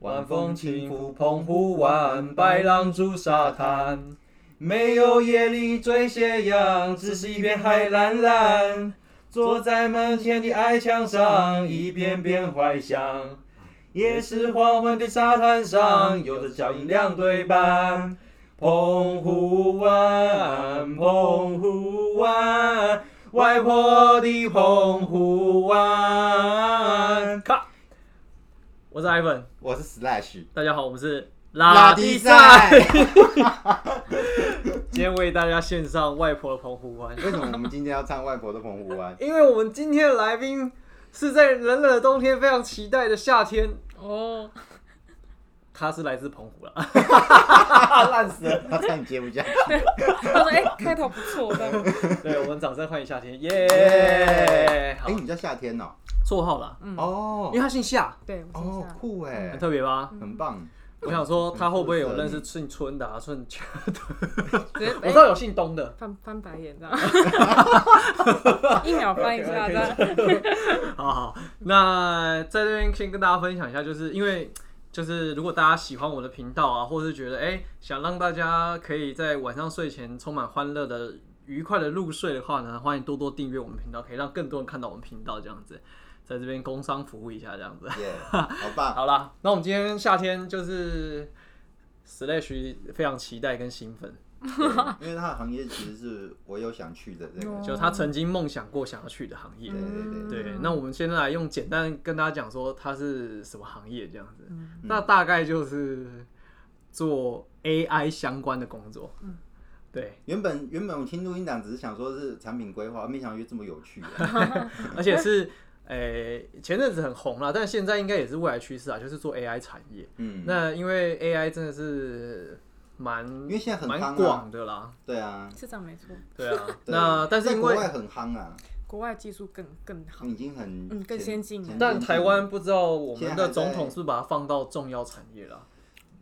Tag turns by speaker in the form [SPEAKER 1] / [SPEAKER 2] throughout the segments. [SPEAKER 1] 晚风轻拂澎湖湾，白浪逐沙滩。没有夜里缀斜阳，只是一片海蓝蓝。坐在门前的矮墙上，一遍遍怀想。也是黄昏的沙滩上，有着脚印两对半。澎湖湾，澎湖湾，外婆的澎湖湾。
[SPEAKER 2] 卡，我是 Ivan，
[SPEAKER 3] 我是 Slash，
[SPEAKER 2] 大家好，我们是
[SPEAKER 3] 拉
[SPEAKER 2] 低
[SPEAKER 3] 低赛。
[SPEAKER 2] 今天为大家献上外婆的澎湖湾，？
[SPEAKER 3] 为什么我们今天要唱外婆的澎湖湾
[SPEAKER 2] 因为我们今天的来宾是在冷冷的冬天非常期待的夏天，
[SPEAKER 4] 哦，
[SPEAKER 2] 他是来自澎湖 啦，烂死了。
[SPEAKER 3] 他唱接不下去。
[SPEAKER 4] 他说：“哎、开头不错的，
[SPEAKER 2] 对，我们掌声欢迎夏天，耶、
[SPEAKER 3] 耶
[SPEAKER 2] 好
[SPEAKER 3] 哎，，你叫夏天哦？
[SPEAKER 2] 绰号啦，
[SPEAKER 4] 嗯
[SPEAKER 3] 哦
[SPEAKER 2] 因为，他姓夏，
[SPEAKER 4] 对，我先
[SPEAKER 3] 哦，
[SPEAKER 4] 下。
[SPEAKER 3] 酷哎
[SPEAKER 2] 很，特别吧？
[SPEAKER 3] 很棒。
[SPEAKER 2] 我想说他会不会有认识姓春 的、啊、姓邱的？
[SPEAKER 4] 直接
[SPEAKER 2] 我知
[SPEAKER 4] 哎
[SPEAKER 2] 道有姓东的。
[SPEAKER 4] 翻翻白眼 这样，一秒翻一下这样。
[SPEAKER 2] 好好，那在这边先跟大家分享一下，就是因为就是如果大家喜欢我的频道啊，或是觉得哎、想让大家可以在晚上睡前充满欢乐的、愉快的入睡的话呢，欢迎多多订阅我们频道，可以让更多人看到我们频道这样子，在这边工商服务一下这样子。
[SPEAKER 3] 耶，好棒！
[SPEAKER 2] 好啦，那我们今天夏天就是 Slash 非常期待跟兴奋，
[SPEAKER 3] 对因为他的行业其实是我有想去的这个
[SPEAKER 4] 哦，
[SPEAKER 2] 就是他曾经梦想过想要去的行业
[SPEAKER 3] 对。对对，
[SPEAKER 4] 嗯
[SPEAKER 2] 对，那我们先来用简单跟大家讲说它是什么行业这样子。那
[SPEAKER 3] 嗯
[SPEAKER 2] 大概就是做 AI 相关的工作。对，
[SPEAKER 3] 原本原本我听录音档只是想说是产品规划，没想到又这么有 趣。
[SPEAKER 2] 而且是诶、前阵子很红啦，但现在应该也是未来趋势啊，就是做 AI 产业。
[SPEAKER 3] 嗯，
[SPEAKER 2] 那因为 AI 真的是蛮
[SPEAKER 3] 因为现在很夯啊
[SPEAKER 2] 蛮广的啦，
[SPEAKER 3] 对啊，
[SPEAKER 4] 是这样没错，
[SPEAKER 2] 对啊。
[SPEAKER 3] 对
[SPEAKER 2] 那但是
[SPEAKER 3] 在
[SPEAKER 2] 因
[SPEAKER 3] 国
[SPEAKER 2] 为
[SPEAKER 3] 外很夯啊，
[SPEAKER 4] 国外技术更更好。
[SPEAKER 3] 已经很
[SPEAKER 4] 嗯更
[SPEAKER 3] 前
[SPEAKER 4] 先进了
[SPEAKER 3] 前
[SPEAKER 2] 但台湾不知道我
[SPEAKER 3] 现
[SPEAKER 2] 们
[SPEAKER 3] 在还
[SPEAKER 2] 的
[SPEAKER 3] 在
[SPEAKER 2] 总统是不是把它放到重要产业啦，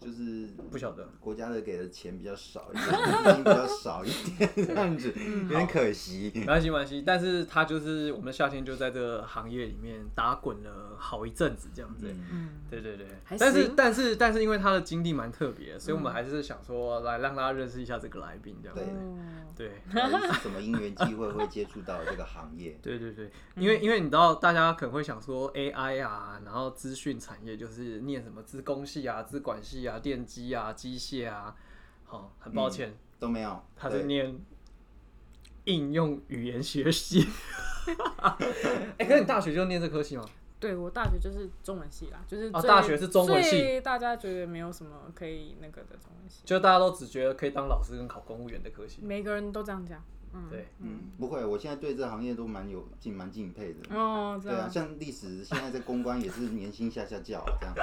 [SPEAKER 3] 就是
[SPEAKER 2] 不晓得。
[SPEAKER 3] 国家的给的钱比较少一点，资金比较少一点，这样子有点可惜。
[SPEAKER 2] 没关系，没关系。但是他就是我们的夏天就在这个行业里面打滚了好一阵子，这样子。
[SPEAKER 3] 嗯
[SPEAKER 4] 嗯，
[SPEAKER 2] 对对对
[SPEAKER 4] 还，
[SPEAKER 2] 但是
[SPEAKER 4] 行
[SPEAKER 2] 但是但是，因为他的经历蛮特别的，所以我们还是想说来让大家认识一下这个来宾，这样
[SPEAKER 3] 对
[SPEAKER 2] 子。
[SPEAKER 4] 哦，
[SPEAKER 2] 对
[SPEAKER 3] 是什么因缘际会会接触到这个行业？
[SPEAKER 2] 对对对，因为因为你知道，大家可能会想说 AI 啊，然后资讯产业就是念什么资工系啊、资管系啊、电机啊、机械啊。好、很抱歉，
[SPEAKER 3] 都没有，
[SPEAKER 2] 他是
[SPEAKER 3] 对
[SPEAKER 2] 念应用语言学系。 哎、可是你大学就念这科系吗？
[SPEAKER 4] 对我大学就是中文系啦，就是
[SPEAKER 2] 哦
[SPEAKER 4] 最
[SPEAKER 2] 大学是中文系
[SPEAKER 4] 最大家觉得没有什么可以那个的中文系，
[SPEAKER 2] 就大家都只觉得可以当老师跟考公务员的科系。
[SPEAKER 4] 每个人都这样讲。嗯，
[SPEAKER 2] 对，
[SPEAKER 3] 嗯，不会，我现在对这行业都蛮有敬蛮敬佩的。
[SPEAKER 4] 哦，这
[SPEAKER 3] 对啊，
[SPEAKER 4] 样
[SPEAKER 3] 像历史现在在公关也是年薪下下叫这样。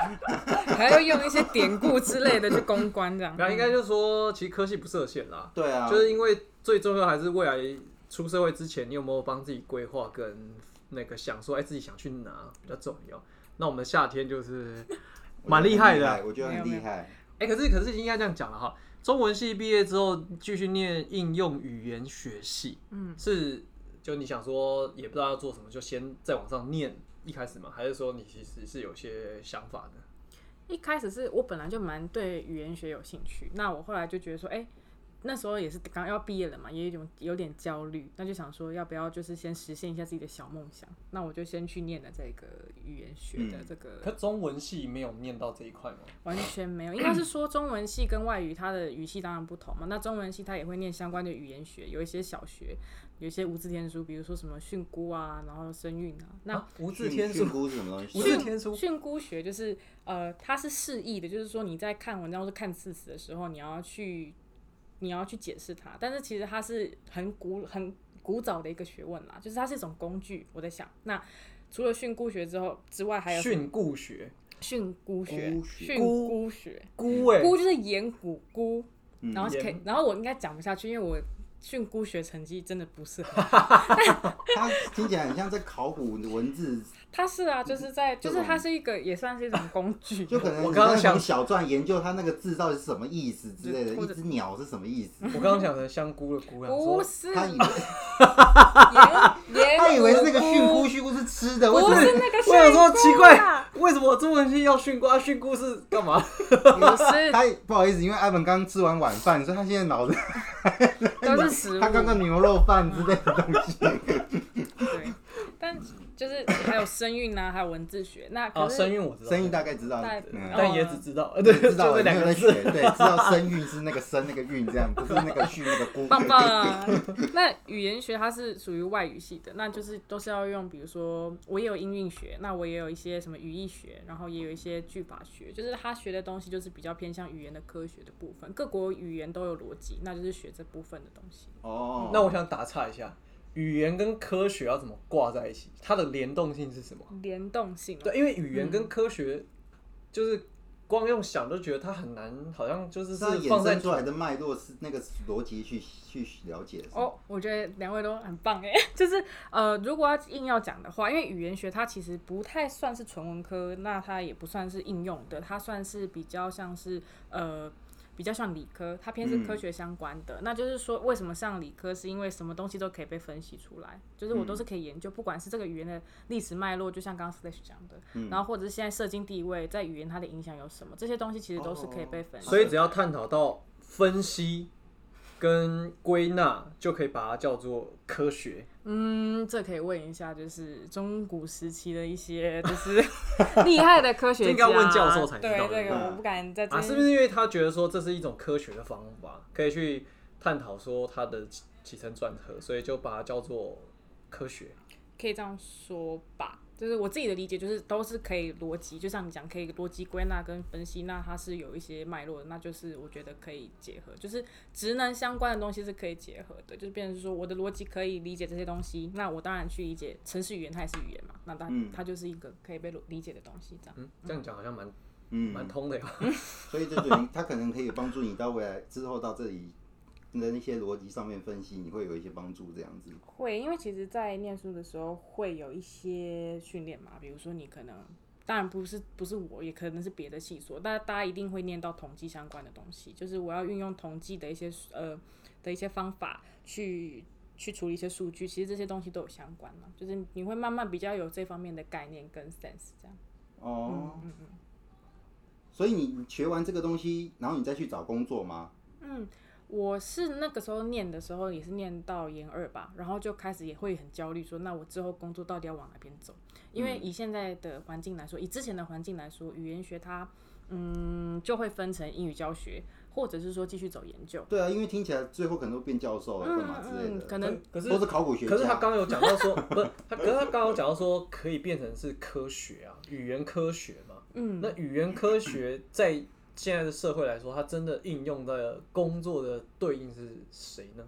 [SPEAKER 4] 还要用一些典故之类的去公关这 样。
[SPEAKER 2] 然后应该就是说，其实科系不设限啦，
[SPEAKER 3] 对啊，
[SPEAKER 2] 就是因为最重要还是未来出社会之前，你有没有帮自己规划跟那个想说，哎，自己想去哪比较重要。那我们夏天就是，
[SPEAKER 3] 我觉得很
[SPEAKER 2] 蛮厉害的啊
[SPEAKER 3] 我觉得很厉害。
[SPEAKER 2] 哎，可是可是应该这样讲了哈，中文系毕业之后继续念应用语言学系，
[SPEAKER 4] 嗯，
[SPEAKER 2] 是就你想说也不知道要做什么，就先在网上念一开始吗？还是说你其实是有些想法的？
[SPEAKER 4] 一开始是我本来就蛮对语言学有兴趣，那我后来就觉得说，哎、那时候也是刚要毕业了嘛，也有一种有点焦虑，那就想说要不要就是先实现一下自己的小梦想，那我就先去念了这个语言学的
[SPEAKER 3] 嗯
[SPEAKER 4] 这个、
[SPEAKER 2] 可中文系没有念到这一块吗？
[SPEAKER 4] 完全没有，应该是说中文系跟外语它的语系当然不同嘛。那中文系它也会念相关的语言学，有一些小学，有一些无字天书，比如说什么训诂啊，然后声韵啊。那
[SPEAKER 2] 啊无字
[SPEAKER 3] 训
[SPEAKER 2] 天书
[SPEAKER 3] 训诂是什么东西？
[SPEAKER 2] 无字
[SPEAKER 4] 训
[SPEAKER 2] 天书
[SPEAKER 4] 训诂学就是呃，它是释义的，就是说你在看文章或是看字词的时候，你要去你要去解释它。但是其实它是很古很古早的一个学问啦，就是它是一种工具。我在想，那除了训诂学之后之外，还有什么
[SPEAKER 2] 训诂学，
[SPEAKER 4] 训诂学
[SPEAKER 3] 诂、学
[SPEAKER 4] 训诂学、
[SPEAKER 2] 诂哎、
[SPEAKER 4] 诂就是研古诂，
[SPEAKER 3] 嗯
[SPEAKER 4] 然后可以
[SPEAKER 2] 研，
[SPEAKER 4] 然后我应该讲不下去，因为我训诂学成绩真的不是很好。
[SPEAKER 3] 它听起来很像在考古文字，
[SPEAKER 4] 它是啊，就是在
[SPEAKER 3] 这
[SPEAKER 4] 就是
[SPEAKER 3] 种
[SPEAKER 4] 它是一个也算是一种工 具，
[SPEAKER 3] 就可能
[SPEAKER 2] 我刚刚
[SPEAKER 3] 你在
[SPEAKER 2] 想
[SPEAKER 3] 从小篆研究它那个字到底是什么意思之类的，
[SPEAKER 4] 或
[SPEAKER 3] 一
[SPEAKER 4] 者
[SPEAKER 3] 只 鸟是什么意思？
[SPEAKER 2] 我刚刚讲成香菇的菇，想
[SPEAKER 4] 不
[SPEAKER 2] 说
[SPEAKER 4] 是
[SPEAKER 3] 他以为
[SPEAKER 4] 研连
[SPEAKER 3] 他以为是那个
[SPEAKER 4] 五
[SPEAKER 3] 菌 菇，菌菇是吃的，为什
[SPEAKER 4] 哎不
[SPEAKER 3] 么
[SPEAKER 4] 是那个啊
[SPEAKER 2] 我想
[SPEAKER 4] 菌
[SPEAKER 2] 说
[SPEAKER 4] 菇，
[SPEAKER 2] 奇怪，，为什么中文系要训瓜？训菇是干嘛？
[SPEAKER 4] 不 是
[SPEAKER 3] 他不好意思，因为艾文刚吃完晚饭，所以他现在脑子
[SPEAKER 4] 都是食物。
[SPEAKER 3] 他刚刚牛肉饭之类的东 西。
[SPEAKER 4] 对，但就是还有声韵啊，还有文字学。那可
[SPEAKER 2] 啊，
[SPEAKER 4] 是
[SPEAKER 2] 声韵我知道，
[SPEAKER 3] 生意大概知道，
[SPEAKER 4] 大
[SPEAKER 3] 嗯
[SPEAKER 4] 哦
[SPEAKER 2] 但也只知道，对， 就
[SPEAKER 3] 知道
[SPEAKER 2] 这
[SPEAKER 3] 没
[SPEAKER 2] 两
[SPEAKER 3] 有
[SPEAKER 2] 个
[SPEAKER 3] 在
[SPEAKER 2] 字
[SPEAKER 3] 学，。对，知道生韵是那个生那个韵这样，不是那个去那个菇。
[SPEAKER 4] 棒棒啊！那语言学它是属于外语系的，那就是都是要用，比如说我也有音韵学，那我也有一些什么语义学，然后也有一些句法学，就是他学的东西就是比较偏向语言的科学的部分。各国语言都有逻辑，那就是学这部分的东西。
[SPEAKER 3] 哦，
[SPEAKER 2] 那我想打岔一下，语言跟科学要怎么挂在一起？它的联动性是什么？
[SPEAKER 4] 联动性、哦，
[SPEAKER 2] 对，因为语言
[SPEAKER 3] 嗯
[SPEAKER 2] 跟科学就是光用想就觉得它很难，好像就
[SPEAKER 3] 是
[SPEAKER 2] 是是
[SPEAKER 3] 它
[SPEAKER 2] 放
[SPEAKER 3] 衍
[SPEAKER 2] 在
[SPEAKER 3] 生出来的脉络是那个逻辑去去了解的。
[SPEAKER 4] 哦，我觉得两位都很棒哎， 就是呃，如果要硬要讲的话，因为语言学它其实不太算是纯文科，那它也不算是应用的，它算是比较像是呃。比较像理科，它
[SPEAKER 2] 嗯
[SPEAKER 4] 偏是科学相关的。那就是说，为什么上理科，是因为什么东西都可以被分析出来，就是我都
[SPEAKER 2] 嗯
[SPEAKER 4] 是可以研究，不管是这个语言的历史脉络，就像刚刚 Slash 讲的，
[SPEAKER 2] 嗯
[SPEAKER 4] 然后或者是现在社经地位在语言它的影响有什么，这些东西其实都是可以被分析。
[SPEAKER 2] 哦所以只要探讨到分析跟归纳，就可以把它叫做科学。
[SPEAKER 4] 嗯，这可以问一下，就是中古时期的一些就是 厉害的科学家，
[SPEAKER 2] 这应该问教授才知
[SPEAKER 4] 对
[SPEAKER 2] 道
[SPEAKER 4] 这个
[SPEAKER 3] 嗯
[SPEAKER 4] 我不敢在这
[SPEAKER 2] 啊，
[SPEAKER 4] 边、
[SPEAKER 2] 是不是因为他觉得说这是一种科学的方法，可以去探讨说它的起起承转合，所以就把它叫做科学？
[SPEAKER 4] 可以这样说吧？就是我自己的理解，就是都是可以逻辑，就像你讲，可以逻辑归纳跟分析，那它是有一些脉络的，那就是我觉得可以结合，就是职能相关的东西是可以结合的，就是变成说我的逻辑可以理解这些东西，那我当然去理解城市语言，它也是语言嘛，那它、
[SPEAKER 3] 嗯
[SPEAKER 4] 它就是一个可以被理解的东西，这样。
[SPEAKER 2] 嗯，这样讲好像蛮
[SPEAKER 3] 嗯，
[SPEAKER 2] 蛮通的呀。
[SPEAKER 3] 所以这种它可能可以帮助你到未来之后到这里的那些逻辑上面分析，你会有一些帮助这样子。
[SPEAKER 4] 会，因为其实，在念书的时候会有一些训练嘛，比如说你可能，当然不是不是我，也可能是别的系所，但大家一定会念到统计相关的东西，就是我要运用统计的一些呃的一些方法去去处理一些数据，其实这些东西都有相关嘛，就是你会慢慢比较有这方面的概念跟 sense 这样。
[SPEAKER 3] 哦，所以你学完这个东西，然后你再去找工作吗？
[SPEAKER 4] 我是那个时候念的时候也是念到研二吧，然后就开始也会很焦虑，说那我之后工作到底要往哪边走？因为以现在的环境来说，以之前的环境来说，语言学它嗯就会分成英语教学，或者是说继续走研究。
[SPEAKER 3] 对啊，因为听起来最后可能都变教授了，干嘛之类
[SPEAKER 4] 嗯，
[SPEAKER 3] 的，
[SPEAKER 4] 可 能
[SPEAKER 2] 可是
[SPEAKER 3] 都是考古学家。
[SPEAKER 2] 可是他刚有讲到说，不是他，可是他刚有讲到说可以变成是科学啊，语言科学嘛。
[SPEAKER 4] 嗯，
[SPEAKER 2] 那语言科学在现在的社会来说，它真的应用的工作的对应是谁 呢？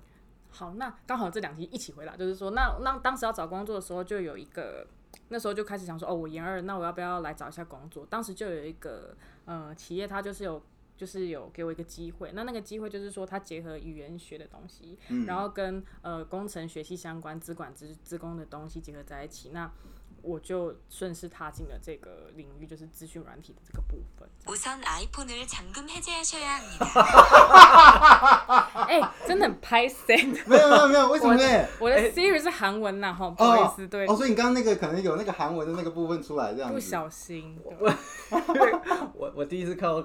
[SPEAKER 4] 好，那刚好这两题一起回答，就是说，那那当时要找工作的时候，就有一个，那时候就开始想说，哦，我研二，那我要不要来找一下工作？当时就有一个，呃，企业它就是有。就是有给我一个机会，那那个机会就是说，它结合语言学的东西，
[SPEAKER 3] 嗯
[SPEAKER 4] 然后跟呃工程学系相关、资管资资工的东西结合在一起，那我就顺势踏进了这个领域，就是资讯软体的这个部分。
[SPEAKER 5] 우선 아이폰을 잠금 해제하셔야 합니다.
[SPEAKER 3] 啊
[SPEAKER 4] 哎、真的很拍 C，
[SPEAKER 3] 没有没有没有，为什么呢？
[SPEAKER 4] 我的 Siri 是韩文呐，哈，不好
[SPEAKER 3] 哎哦
[SPEAKER 4] 意思，对，
[SPEAKER 3] 哦，所以你刚刚那个可能有那个韩文的那个部分出来，这样
[SPEAKER 4] 不
[SPEAKER 3] 子。
[SPEAKER 4] 小心。对
[SPEAKER 2] 我我第一次看到，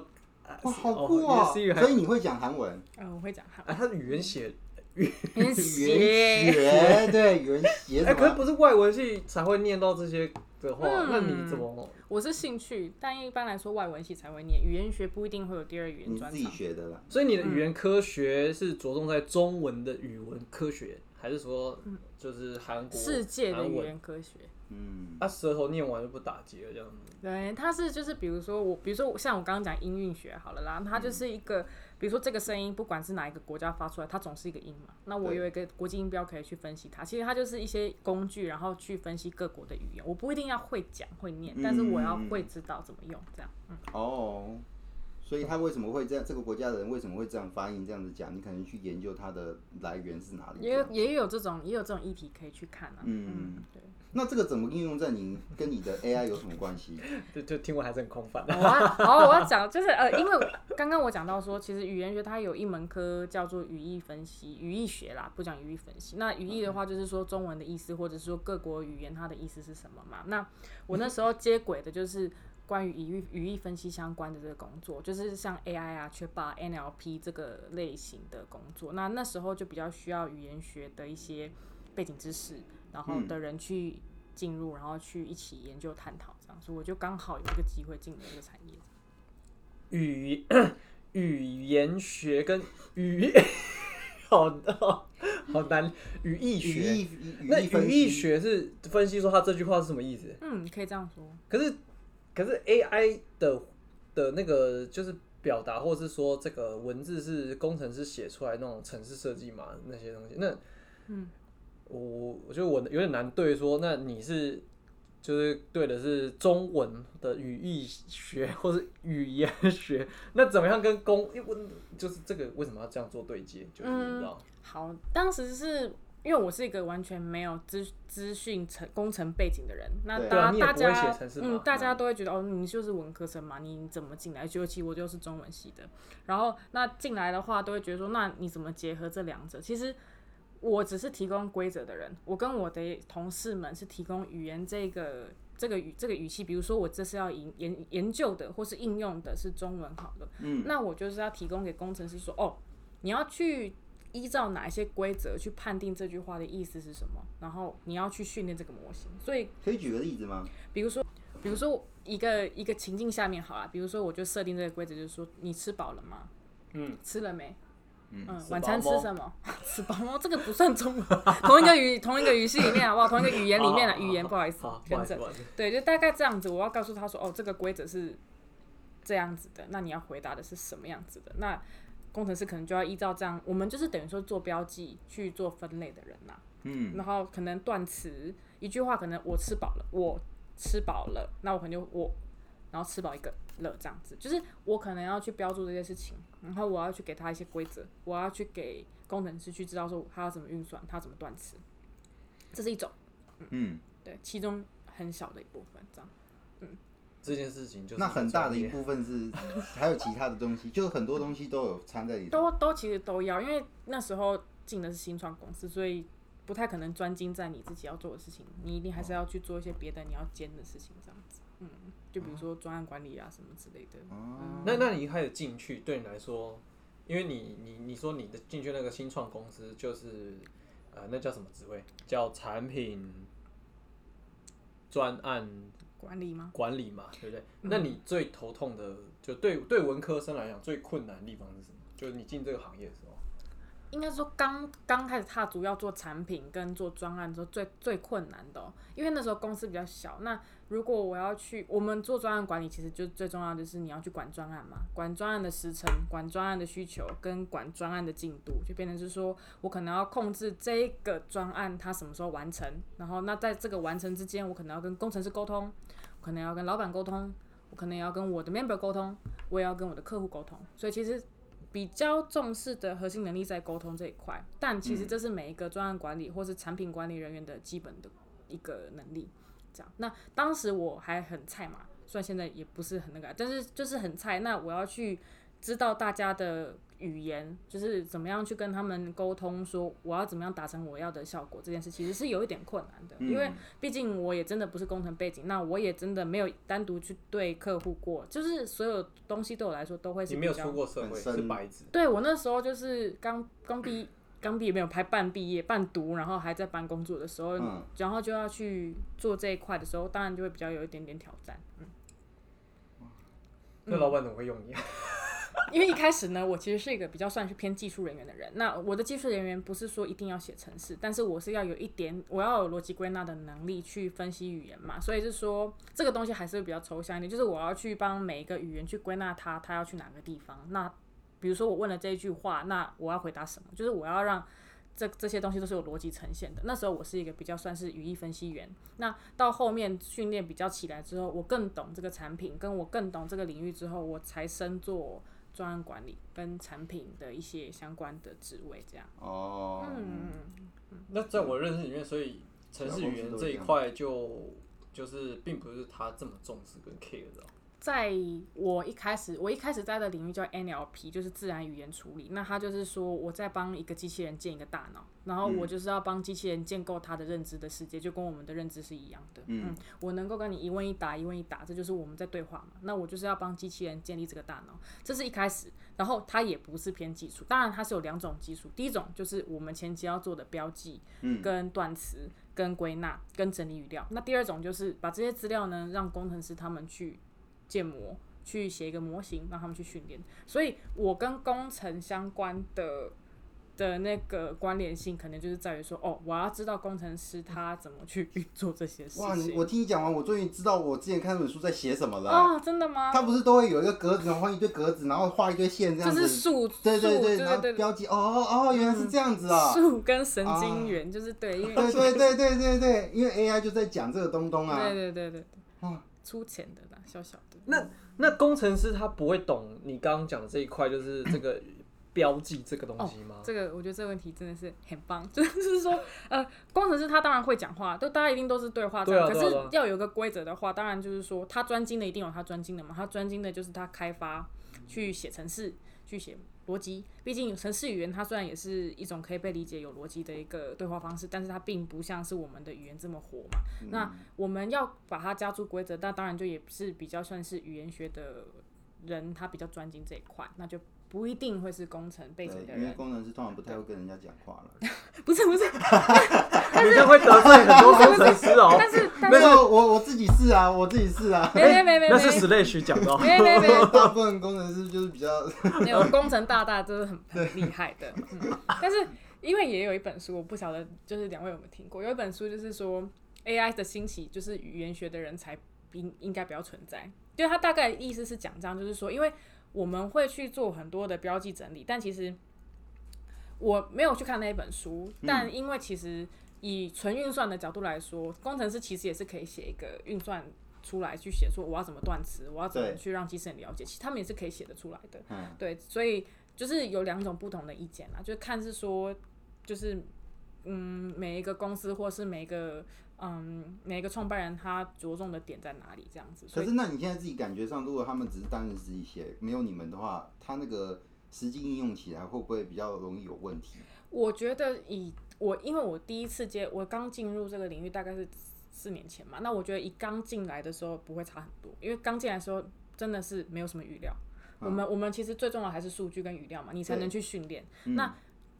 [SPEAKER 2] 啊
[SPEAKER 3] 哇，好酷哦！
[SPEAKER 2] 原来 Siri
[SPEAKER 3] 所以
[SPEAKER 2] 还
[SPEAKER 3] 你会讲韩文？
[SPEAKER 4] 嗯，我会讲韩
[SPEAKER 2] 啊，
[SPEAKER 4] 文，
[SPEAKER 2] 他的语言写，
[SPEAKER 4] 很
[SPEAKER 3] 语言
[SPEAKER 4] 邪。
[SPEAKER 3] 学，对，语言学
[SPEAKER 2] 哎、
[SPEAKER 3] 什
[SPEAKER 2] 可是
[SPEAKER 3] 么？
[SPEAKER 2] 不是外文系才会念到这些的话，那你怎么？
[SPEAKER 4] 我是兴趣，但一般来说外文系才会念，语言学不一定会有第二语言
[SPEAKER 3] 你
[SPEAKER 4] 专
[SPEAKER 3] 自己
[SPEAKER 4] 长。
[SPEAKER 3] 学的啦。
[SPEAKER 2] 所以你的语言科学是着重在中文的语文科学，还是说就是韩国
[SPEAKER 4] 世界的
[SPEAKER 2] 韩
[SPEAKER 4] 语
[SPEAKER 2] 文
[SPEAKER 4] 言科学，
[SPEAKER 3] 嗯，
[SPEAKER 2] 啊，舌头念完就不打结了这样子。
[SPEAKER 4] 对，它是就是比如说我，比如说像我刚刚讲音韵学好了啦，它
[SPEAKER 3] 嗯
[SPEAKER 4] 就是一个，比如说这个声音，不管是哪一个国家发出来，它总是一个音嘛。那我
[SPEAKER 3] 对
[SPEAKER 4] 有一个国际音标可以去分析它，其实它就是一些工具，然后去分析各国的语言。我不一定要会讲会念，但是我要
[SPEAKER 3] 嗯
[SPEAKER 4] 会知道怎么用，这样。
[SPEAKER 3] 哦，所以他为什么会这样？这个国家的人为什么会这样发音这样子讲？你可能去研究它的来源是哪里。
[SPEAKER 4] 也有也有这种也有这种议题可以去看啊。
[SPEAKER 3] 嗯
[SPEAKER 4] 对。
[SPEAKER 3] 那这个怎么应用在你跟你 的 AI 有什么关系？
[SPEAKER 2] 就就听完还是很空泛。
[SPEAKER 4] 哦我要好，我要讲就是呃，因为刚刚我讲到说，其实语言学它有一门科叫做语义分析，语义学啦，不讲语义分析。那语义的话，就是说中文的意思，或者是说各国语言它的意思是什么嘛？那我那时候接轨的就是关于语义语义分析相关的这个工作，就是像 AI 啊、缺乏 NLP 这个类型的工作。那那时候就比较需要语言学的一些背景知识，然后的人去进入，然后去一起研究探讨这样，所以我就刚好有一个机会进入这个产业。
[SPEAKER 2] 语语言学跟语， 好好好难，语义
[SPEAKER 3] 语
[SPEAKER 2] 学。
[SPEAKER 3] 义语
[SPEAKER 2] 那
[SPEAKER 3] 义分
[SPEAKER 2] 语
[SPEAKER 3] 析
[SPEAKER 2] 义学是分析说他这句话是什么意思，
[SPEAKER 4] 嗯，可以这样说。
[SPEAKER 2] 可是可是 AI 的的那个就是表达，或是说这个文字是工程师写出来那种程式设计嘛那些东西，那
[SPEAKER 4] 嗯，
[SPEAKER 2] 我我我觉得我有点难对说，那你是就是对的是中文的语义学或是语言学，那怎么样跟公因为就是这个为什么要这样做对接，就是你知道，
[SPEAKER 4] 好，当时是因为我是一个完全没有资资讯程工程背景的人，那
[SPEAKER 3] 对
[SPEAKER 4] 大
[SPEAKER 2] 啊你也
[SPEAKER 4] 大
[SPEAKER 2] 不会
[SPEAKER 4] 家
[SPEAKER 2] 写程式码
[SPEAKER 4] 嗯，大家都会觉得哦，你就是文科生嘛，你怎么进来？尤其我就是中文系的，然后那进来的话都会觉得说，那你怎么结合这两者？其实。我只是提供规则的人，我跟我的同事们是提供语言这个这个语这个语气，比如说我这是要研研研究的或是应用的是中文好了，
[SPEAKER 3] 嗯，
[SPEAKER 4] 那我就是要提供给工程师说，哦，你要去依照哪一些规则去判定这句话的意思是什么，然后你要去训练这个模型。所以，
[SPEAKER 3] 可以举个例子吗？
[SPEAKER 4] 比如说，比如说一个一个情境下面好了，比如说我就设定这个规则，就是说你吃饱了吗？
[SPEAKER 2] 嗯，
[SPEAKER 4] 吃了没？
[SPEAKER 3] 嗯
[SPEAKER 4] 嗯，
[SPEAKER 2] 饱
[SPEAKER 4] 晚餐吃
[SPEAKER 2] 吗
[SPEAKER 4] 什么？吃饱吗？这个不算中文， 同一个语同一个语系里面好不好？同一个语言里面
[SPEAKER 2] 好
[SPEAKER 4] 的
[SPEAKER 2] 好
[SPEAKER 4] 语言，不 好意思
[SPEAKER 2] 好，，不
[SPEAKER 4] 跟
[SPEAKER 2] 好意思
[SPEAKER 4] 着
[SPEAKER 2] 不好意思
[SPEAKER 4] 对，就大概这样子。我要告诉他说，哦，这个规则是这样子的，那你要回答的是什么样子的？那工程师可能就要依照这样，我们就是等于说做标记去做分类的人啦、
[SPEAKER 3] 嗯
[SPEAKER 4] 然后可能断词，一句话可能我吃饱了，我吃饱了，那我可能就我，然后吃饱一个了这样子，就是我可能要去标注这些事情，然后我要去给他一些规则，我要去给工程师去知道说他要怎么运算，他怎么断词，这是一种
[SPEAKER 3] 嗯，
[SPEAKER 4] 对其中很小的一部分这样。
[SPEAKER 2] 这件事情就是
[SPEAKER 3] 那很大的
[SPEAKER 2] 专
[SPEAKER 3] 一
[SPEAKER 2] 业
[SPEAKER 3] 部分是 还有其他的东西，就是很多东西都有掺在里头。
[SPEAKER 4] 都都其实都要，因为那时候进的是新创公司，所以不太可能专精在你自己要做的事情，你一定还是要去做一些别的你要兼的事情，这样子。嗯，就比如说专案管理啊什么之类的。
[SPEAKER 3] 哦
[SPEAKER 2] 那那你一开始进去，对你来说，因为你你你说你的进去那个新创公司就是，呃，那叫什么职位？叫产品专案
[SPEAKER 4] 管理吗？
[SPEAKER 2] 管理嘛，对不对？那
[SPEAKER 4] 嗯
[SPEAKER 2] 你最头痛的，就对对文科生来讲最困难的地方是什么？就是你进这个行业的时候，
[SPEAKER 4] 应该说刚刚开始踏足要做产品跟做专案的时候最最困难的、哦，因为那时候公司比较小。那如果我要去，我们做专案管理，其实就最重要的就是你要去管专案嘛，管专案的时程、管专案的需求跟管专案的进度，就变成是说我可能要控制这个专案它什么时候完成，然后那在这个完成之间，我可能要跟工程师沟通，我可能要跟老板沟通，我可能要跟我的 member 沟通，我也要跟我的客户沟通，所以其实比较重视的核心能力在沟通这一块，但其实这是每一个专案管理或是产品管理人员的基本的一个能力。这样，那当时我还很菜嘛，虽然现在也不是很那个，但是就是很菜。那我要去知道大家的语言，就是怎么样去跟他们沟通，说我要怎么样达成我要的效果，这件事其实是有一点困难的，因为毕竟我也真的不是工程背景，那我也真的没有单独去对客户过，就是所有东西对我来说都会是
[SPEAKER 2] 你没有
[SPEAKER 4] 比较
[SPEAKER 2] 出过社会，
[SPEAKER 3] 本身
[SPEAKER 2] 是白纸。
[SPEAKER 4] 对我那时候就是刚刚毕刚毕业没有，还半毕业半读，然后还在搬工作的时候，
[SPEAKER 3] 嗯
[SPEAKER 4] 然后就要去做这一块的时候，当然就会比较有一点点挑战。嗯，
[SPEAKER 2] 那老板怎么会用你 啊？
[SPEAKER 4] 因为一开始呢，我其实是一个比较算是偏技术人员的人。那我的技术人员不是说一定要写程式，但是我是要有一点，我要有逻辑归纳的能力去分析语言嘛。所以是说这个东西还是比较抽象一点，就是我要去帮每一个语言去归纳它，它要去哪个地方。那比如说我问了这一句话，那我要回答什么？就是我要让这这些东西都是有逻辑呈现的。那时候我是一个比较算是语义分析员，那到后面训练比较起来之后，我更懂这个产品，跟我更懂这个领域之后，我才升做专案管理跟产品的一些相关的职位，这样。
[SPEAKER 3] 哦，
[SPEAKER 4] 嗯，
[SPEAKER 2] 那在我认识里面，所以城市语言这一块就就是并不是他这么重视跟 care 的哦、
[SPEAKER 4] 在我一开始，我一开始在的领域叫 NLP，就是自然语言处理。那它就是说，我在帮一个机器人建一个大脑，然后
[SPEAKER 3] 嗯
[SPEAKER 4] 我就是要帮机器人建构它的认知的世界，就跟我们的认知是一样的。
[SPEAKER 3] 嗯
[SPEAKER 4] 我能够跟你一问一答，一问一答，这就是我们在对话嘛。那我就是要帮机器人建立这个大脑，这是一开始。然后它也不是偏技术，当然它是有两种技术，第一种就是我们前期要做的标记，
[SPEAKER 3] 嗯
[SPEAKER 4] 跟断词、跟归纳、跟整理语料。那第二种就是把这些资料呢，让工程师他们去建模，去写一个模型，让他们去训练。所以我跟工程相关的的那个关联性，可能就是在于说，哦，我要知道工程师他怎么去运作这些事
[SPEAKER 3] 哇，你
[SPEAKER 4] 情。
[SPEAKER 3] 我听你讲完，我终于知道我之前看那本书在写什么了。
[SPEAKER 4] 啊，真的吗？
[SPEAKER 3] 它不是都会有一个格子，然后一堆格子，然后画一堆线这
[SPEAKER 4] 就
[SPEAKER 3] 样子。
[SPEAKER 4] 是树，
[SPEAKER 3] 对对
[SPEAKER 4] 树
[SPEAKER 3] 对，然
[SPEAKER 4] 对
[SPEAKER 3] 后
[SPEAKER 4] 对嗯对，
[SPEAKER 3] 标记，哦哦哦，原来是这样子啊。
[SPEAKER 4] 树跟神经元就是对，因为
[SPEAKER 3] 对对对对对对，因为 AI 就在讲这个东东
[SPEAKER 4] 对
[SPEAKER 3] 啊。
[SPEAKER 4] 对对对对
[SPEAKER 3] 哇，
[SPEAKER 4] 粗浅的啦，小小的。
[SPEAKER 2] 那那工程师他不会懂你刚刚讲的这一块，就是这个标记这个东西吗？
[SPEAKER 4] 哦这个我觉得这个问题真的是很棒， 就是说，呃，工程师他当然会讲话，都大家一定都是对话这样，
[SPEAKER 2] 对啊
[SPEAKER 4] 可
[SPEAKER 2] 对啊对
[SPEAKER 4] 是
[SPEAKER 2] 啊
[SPEAKER 4] 要有一个规则的话，当然就是说他专精的一定有他专精的嘛，他专精的就是他开发去写程式，去写逻辑，毕竟程式语言它虽然也是一种可以被理解有逻辑的一个对话方式，但是它并不像是我们的语言这么活嘛。
[SPEAKER 2] 嗯
[SPEAKER 4] 那我们要把它加入规则，那当然就也是比较算是语言学的人他比较专精这一块，那就。不一定会是工程背景的
[SPEAKER 3] 对，因为
[SPEAKER 4] 人，
[SPEAKER 3] 工程师通常不太会跟人家讲 话了。
[SPEAKER 4] 不是不是，
[SPEAKER 2] 你这样会得罪很多工程师哦。
[SPEAKER 4] 但是但
[SPEAKER 3] 没
[SPEAKER 4] 是
[SPEAKER 3] 有，我我自己是啊，我自己是 啊。
[SPEAKER 4] 没没没没
[SPEAKER 2] 那是
[SPEAKER 4] 没
[SPEAKER 2] Slash 讲的哦。
[SPEAKER 4] 没没没
[SPEAKER 3] 大部分工程师就是比 较
[SPEAKER 4] 没有工程大大就是很很厉害的，嗯，但是因为也有一本书，我不晓得就是两位有没有听过，有一本书就是说 AI 的兴起就是语言学的人才应应该不要存在，就是它大概意思是讲这样，就是说因为我们会去做很多的标记整理，但其实我没有去看那一本书，但因为其实以纯运算的角度来说，工程师其实也是可以写一个运算出来，去写说我要怎么断词，我要怎么
[SPEAKER 3] 对
[SPEAKER 4] 去让机器人了解，其实他们也是可以写得出来的。
[SPEAKER 3] 嗯
[SPEAKER 4] 对，所以就是有两种不同的意见啦，就是看是说，就是嗯，每一个公司或是每一个嗯每一个创办人他着重的点在哪里这样子。所
[SPEAKER 3] 可
[SPEAKER 4] 以
[SPEAKER 3] 是，那你现在自己感觉上，如果他们只是单纯自己写，没有你们的话，他那个实际应用起来会不会比较容易有问题？
[SPEAKER 4] 我觉得以我，因为我第一次接，我刚进入这个领域大概是四年前嘛，那我觉得以刚进来的时候不会差很多，因为刚进来的时候真的是没有什么语料。我们我们其实最重要的还是数据跟语料嘛，你才能去训练。那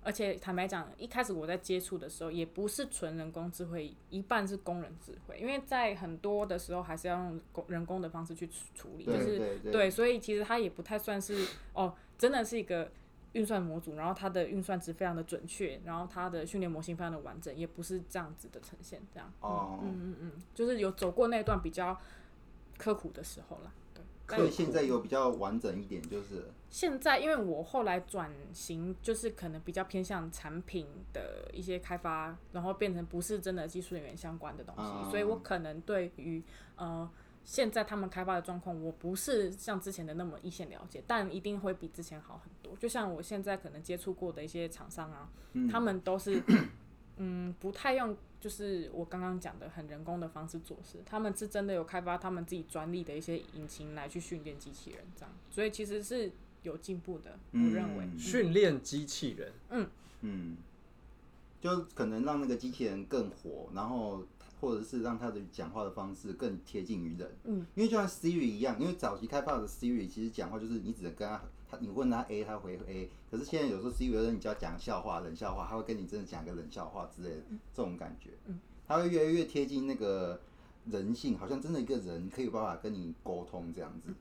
[SPEAKER 4] 而且坦白讲，一开始我在接触的时候，也不是纯人工智慧，一半是工人智慧，因为在很多的时候还是要用工人工的方式去处处理，就
[SPEAKER 3] 对
[SPEAKER 4] 是
[SPEAKER 3] 对对
[SPEAKER 4] 对，所以其实它也不太算是哦，真的是一个运算模组，然后它的运算值非常的准确，然后它的训练模型非常的完整，也不是这样子的呈现，这样，
[SPEAKER 3] 哦，
[SPEAKER 4] 嗯就是有走过那段比较刻苦的时候啦。对，但
[SPEAKER 3] 所以现在有比较完整一点，就是
[SPEAKER 4] 现在因为我后来转型，就是可能比较偏向产品的一些开发，然后变成不是真的技术人员相关的东西，
[SPEAKER 3] 啊
[SPEAKER 4] 所以我可能对于呃现在他们开发的状况，我不是像之前的那么一线了解，但一定会比之前好很多。就像我现在可能接触过的一些厂商啊，
[SPEAKER 3] 嗯
[SPEAKER 4] 他们都是嗯不太用。就是我刚刚讲的很人工的方式做事，他们是真的有开发他们自己专利的一些引擎来去训练机器人，这样，所以其实是有进步的，我认为。 嗯
[SPEAKER 2] 训练机器人，
[SPEAKER 3] 嗯，就可能让那个机器人更火，然后或者是让它的讲话的方式更贴近于人。嗯，因为就像 Siri 一样，因为早期开发的 Siri 其实讲话就是你只能跟他，他你问他 A，他回 A。可是现在有时候 Siri 你只要讲笑话、冷笑话，他会跟你真的讲个冷笑话之类的，这种感觉。嗯，他会越来越贴近那个人性，好像真的一个人可以有办法跟你沟通这样子。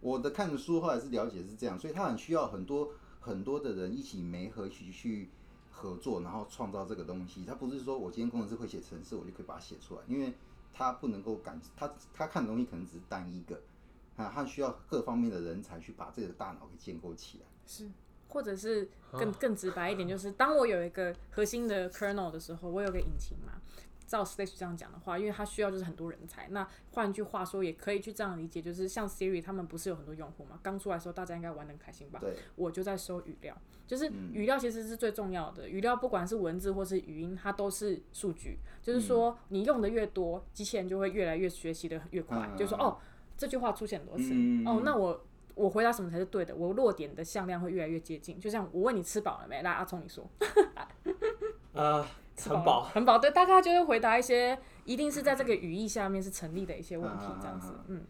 [SPEAKER 3] 我的看的书后来是了解是这样，所以他很需要很多很多的人一起媒合一起去合作，然后创造这个东西。他不是说我今天工程师会写程式，我就可以把它写出来，因为他不能够感他他看的东西可能只是单一个，啊，他需要各方面的人才去把这个大脑给建构起来。
[SPEAKER 4] 是，或者是更更直白一点，就是 当我有一个核心的 kernel 的时候，我有个引擎嘛。照 Stage 这样讲的话，因为它需要就是很多人才。那换句话说，也可以去这样理解，就是像 Siri 他们不是有很多用户嘛？刚出来的时候，大家应该玩的开心吧？
[SPEAKER 3] 对，
[SPEAKER 4] 我就在收语料，就是
[SPEAKER 3] 嗯
[SPEAKER 4] 语料其实是最重要的。语料不管是文字或是语音，它都是数据。就是
[SPEAKER 3] 嗯
[SPEAKER 4] 说，你用的越多，机器人就会越来越学习的越快。
[SPEAKER 3] 嗯
[SPEAKER 4] 就是说，哦，这句话出现很多次，
[SPEAKER 3] 嗯
[SPEAKER 4] 哦，那我我回答什么才是对的？我落点的向量会越来越接近。就像我问你吃饱了没，来阿聪你说，
[SPEAKER 1] 啊，
[SPEAKER 4] 吃
[SPEAKER 1] 很
[SPEAKER 4] 饱了
[SPEAKER 1] 饱，
[SPEAKER 4] 很饱，对，大概就会回答一些一定是在这个语义下面是成立的一些问题
[SPEAKER 3] 嗯嗯，嗯
[SPEAKER 4] 这样子
[SPEAKER 3] 嗯，
[SPEAKER 4] 嗯，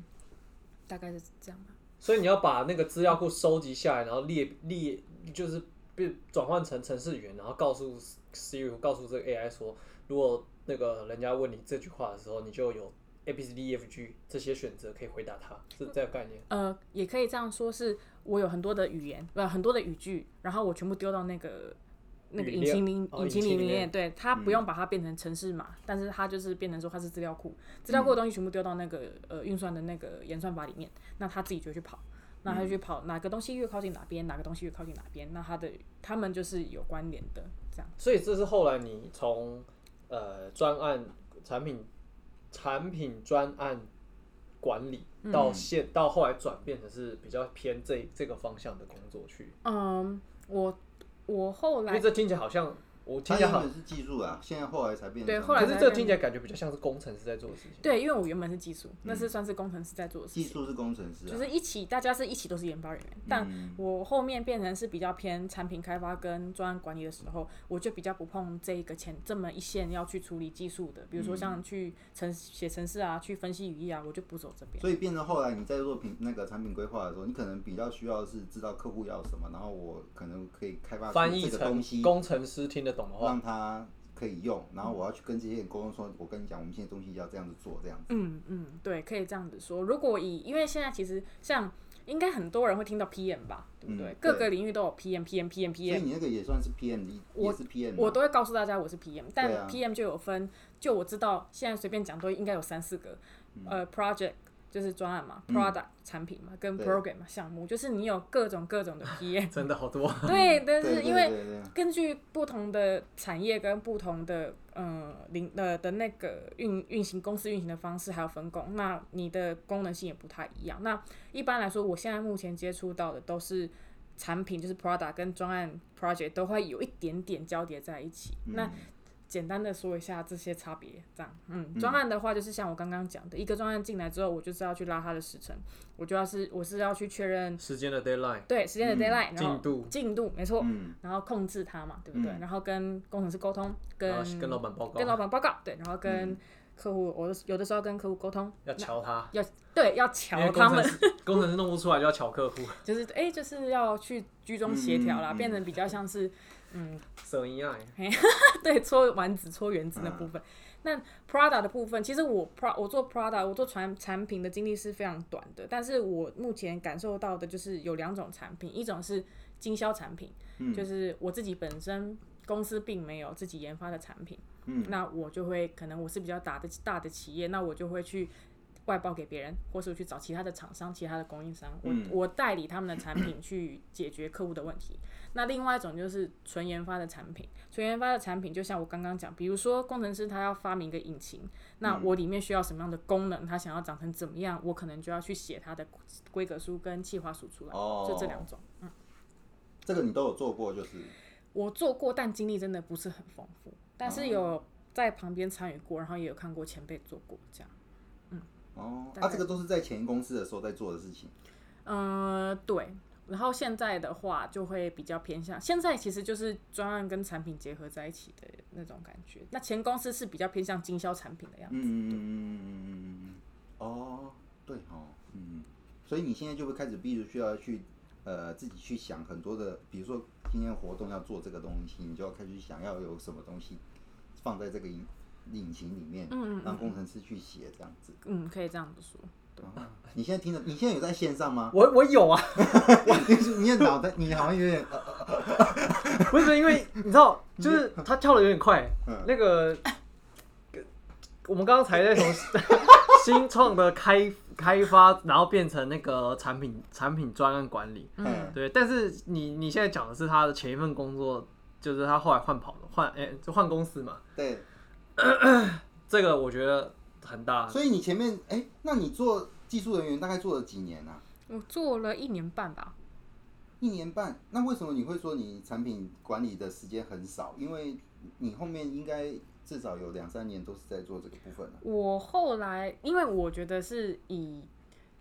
[SPEAKER 4] 大概是这样吧。
[SPEAKER 2] 所以你要把那个资料库收集下来，然后列列就是被转换成程式语言，然后告诉 Siri 告诉这个 AI 说，如果那个人家问你这句话的时候，你就有 A B C D E F G 这些选择可以回答他，是这个概念。
[SPEAKER 4] 呃，也可以这样说，是我有很多的语言，呃，很多的语句，然后我全部丢到那个那个
[SPEAKER 2] 语
[SPEAKER 4] 引
[SPEAKER 2] 料
[SPEAKER 4] 擎里
[SPEAKER 2] 哦
[SPEAKER 4] 引
[SPEAKER 2] 引
[SPEAKER 4] 擎里
[SPEAKER 2] 擎里面
[SPEAKER 4] 面，对，它不
[SPEAKER 3] 嗯
[SPEAKER 4] 用把它变成程式码，但是它就是变成说它是资料库，资
[SPEAKER 2] 嗯
[SPEAKER 4] 料库的东西全部丢到那个呃运算的那个演算法里面，那它自己就去跑。那它就去
[SPEAKER 2] 嗯
[SPEAKER 4] 跑哪个东西越靠近哪边，哪个东西越靠近哪边，那它的它们就是有关联的，这样。
[SPEAKER 2] 所以这是后来你从呃专案产品产品专案管理
[SPEAKER 4] 嗯
[SPEAKER 2] 到现、到后来转变成是比较偏这这个方向的工作去，
[SPEAKER 4] 嗯，我我后
[SPEAKER 2] 因为
[SPEAKER 4] 来
[SPEAKER 2] 这听起来好像我听
[SPEAKER 3] 他
[SPEAKER 2] 起来
[SPEAKER 3] 原
[SPEAKER 2] 好
[SPEAKER 3] 本，是技术啊，现在后来才变成
[SPEAKER 4] 对
[SPEAKER 3] 什么
[SPEAKER 4] 后来
[SPEAKER 2] 可
[SPEAKER 4] 才
[SPEAKER 2] 是这个听起来感觉比较像是工程师在做的事情。
[SPEAKER 4] 对，因为我原本是技术，那
[SPEAKER 2] 嗯
[SPEAKER 4] 是算是工程师在做的事
[SPEAKER 3] 技
[SPEAKER 4] 情。
[SPEAKER 3] 术是工程师啊，
[SPEAKER 4] 就是一起，大家是一起都是研发人员，但
[SPEAKER 3] 嗯
[SPEAKER 4] 我后面变成是比较偏产品开发跟专案管理的时候，我就比较不碰这一个前这么一线要去处理技术的，比如说
[SPEAKER 3] 嗯
[SPEAKER 4] 像去程写程式啊，去分析语义啊，我就不走这边。
[SPEAKER 3] 所以变成后来你在做品那个产品规划的时候，你可能比较需要是知道客户要什么，然后我可能可以开发出
[SPEAKER 2] 翻译
[SPEAKER 3] 啊这个东
[SPEAKER 2] 成
[SPEAKER 3] 西，
[SPEAKER 2] 工程师听得懂的话，
[SPEAKER 3] 让他可以用，然后我要去跟这些人沟通说，我跟你讲，我们现在东西要这样子做，这样子。
[SPEAKER 4] 嗯嗯，对，可以这样子说。如果以因为现在其实像应该很多人会听到 PM 吧，对不对？
[SPEAKER 3] 嗯
[SPEAKER 4] 各
[SPEAKER 3] 对
[SPEAKER 4] 个领域都有 PM PM PM
[SPEAKER 3] 所以
[SPEAKER 4] PM。
[SPEAKER 3] 你那个也算是 PM，你也是 PM 吗。
[SPEAKER 4] 我都会告诉大家我是 PM，但
[SPEAKER 3] 嗯对啊
[SPEAKER 4] PM 就有分，就我知道现在随便讲都应该有三四个，
[SPEAKER 3] 嗯
[SPEAKER 4] 呃，project 就是专案嘛，product 产品嘛，跟
[SPEAKER 3] 对
[SPEAKER 4] program 嘛项目，就是你有各种各 种的 PM，
[SPEAKER 2] 真的好多。
[SPEAKER 4] 对，但
[SPEAKER 3] 对
[SPEAKER 4] 是
[SPEAKER 3] 对
[SPEAKER 4] 因为
[SPEAKER 3] 对对
[SPEAKER 4] 根据不同的产业跟不同的呃领呃的那个运运行公司运行的方式还有分工，那你的功能性也不太一样。那一般来说，我现在目前接触到的都是产品，就是 Prada 跟专案 project 都会有一点点交叠在一起。
[SPEAKER 2] 嗯
[SPEAKER 4] 那简单的说一下这些差别，这样，嗯，专案的话就是像我刚刚讲的，一个专案进来之后，我就是要去拉它的时程，我就要是我是要去确认
[SPEAKER 2] 时间的 deadline，
[SPEAKER 4] 对时间的 deadline，、然后
[SPEAKER 2] 嗯进度
[SPEAKER 4] 进度没错，
[SPEAKER 3] 嗯
[SPEAKER 4] 然后控制它嘛，对不对？
[SPEAKER 3] 嗯
[SPEAKER 4] 然后跟工程师沟通，跟
[SPEAKER 2] 然后跟老板报告，嗯
[SPEAKER 4] 跟老板报告，对，然后跟客户，我有的时候跟客户沟通，
[SPEAKER 2] 要瞧他，
[SPEAKER 4] 要对要
[SPEAKER 2] 因为
[SPEAKER 4] 瞧
[SPEAKER 2] 工
[SPEAKER 4] 他
[SPEAKER 2] 程
[SPEAKER 4] 们，
[SPEAKER 2] 师工程师弄不出来就要瞧客户，
[SPEAKER 4] 就是哎、就是要去居中协调啦，
[SPEAKER 3] 嗯嗯嗯
[SPEAKER 4] 变成比较像是
[SPEAKER 2] 手一样。
[SPEAKER 4] 对搓丸子、搓圆子的
[SPEAKER 2] 嗯
[SPEAKER 4] 部分。那 Prada 的部分，其实我 Pra 我做 Prada 我做产产品的经历是非常短的，但是我目前感受到的就是有两种产品，一种是经销产品，
[SPEAKER 3] 嗯
[SPEAKER 4] 就是我自己本身公司并没有自己研发的产品，
[SPEAKER 3] 嗯
[SPEAKER 4] 那我就会可能我是比较大的大的企业，那我就会去。外包给别人，或是我去找其他的厂商、其他的供应商，我、
[SPEAKER 3] 嗯
[SPEAKER 4] 我代理他们的产品去解决客户的问 题。那另外一种就是纯研发的产品，纯研发的产品就像我刚刚讲，比如说工程师他要发明一个引擎，
[SPEAKER 3] 嗯
[SPEAKER 4] 那我里面需要什么样的功能，他想要长成怎么样，我可能就要去写他的规格书跟计划书出来，
[SPEAKER 3] 哦
[SPEAKER 4] 就这两种。
[SPEAKER 3] 这个你都有做过，就是
[SPEAKER 4] 我做过，但经历真的不是很丰富，但是有在旁边参与过，然后也有看过前辈做过这样。
[SPEAKER 3] 哦，
[SPEAKER 4] 大概
[SPEAKER 3] 啊，这个都是在前公司的时候在做的事情。
[SPEAKER 4] 嗯，对。然后现在的话，就会比较偏向现在其实就是专案跟产品结合在一起的那种感觉。那前公司是比较偏向经销产品的样子。
[SPEAKER 3] 嗯嗯嗯嗯嗯嗯，哦，对哦，嗯，所以你现在就会开始，必须需要去呃自己去想很多的，比如说今天活动要做这个东西，你就要开始想要有什么东西放在这个引引擎里面，
[SPEAKER 4] 嗯嗯
[SPEAKER 3] 让工程师去写这样子。
[SPEAKER 4] 嗯，可以这样子说。
[SPEAKER 3] 你现在听的，你现在有在线上吗？
[SPEAKER 2] 我我有啊，
[SPEAKER 3] 你 你的脑袋，你好像有点，呃
[SPEAKER 2] 不是因为你知道，就是他跳的有点快
[SPEAKER 3] 嗯，
[SPEAKER 2] 那 个我们刚刚才在从新创的开开发，然后变成那个产品产品专案管理。
[SPEAKER 3] 嗯，
[SPEAKER 2] 对，但是你你现在讲的是他的前一份工作，就是他后来换跑了，换哎、就换公司嘛，
[SPEAKER 3] 对，
[SPEAKER 2] 这个我觉得很大。
[SPEAKER 4] 啊
[SPEAKER 3] 所以你前面哎、那你做技术人员大概做了几年啊？
[SPEAKER 4] 我做了一年半吧，
[SPEAKER 3] 一年半，那为什么你会说你产品管理的时间很少？因为你后面应该至少有两三年都是在做这个部分啊。
[SPEAKER 4] 我后来，因为我觉得是以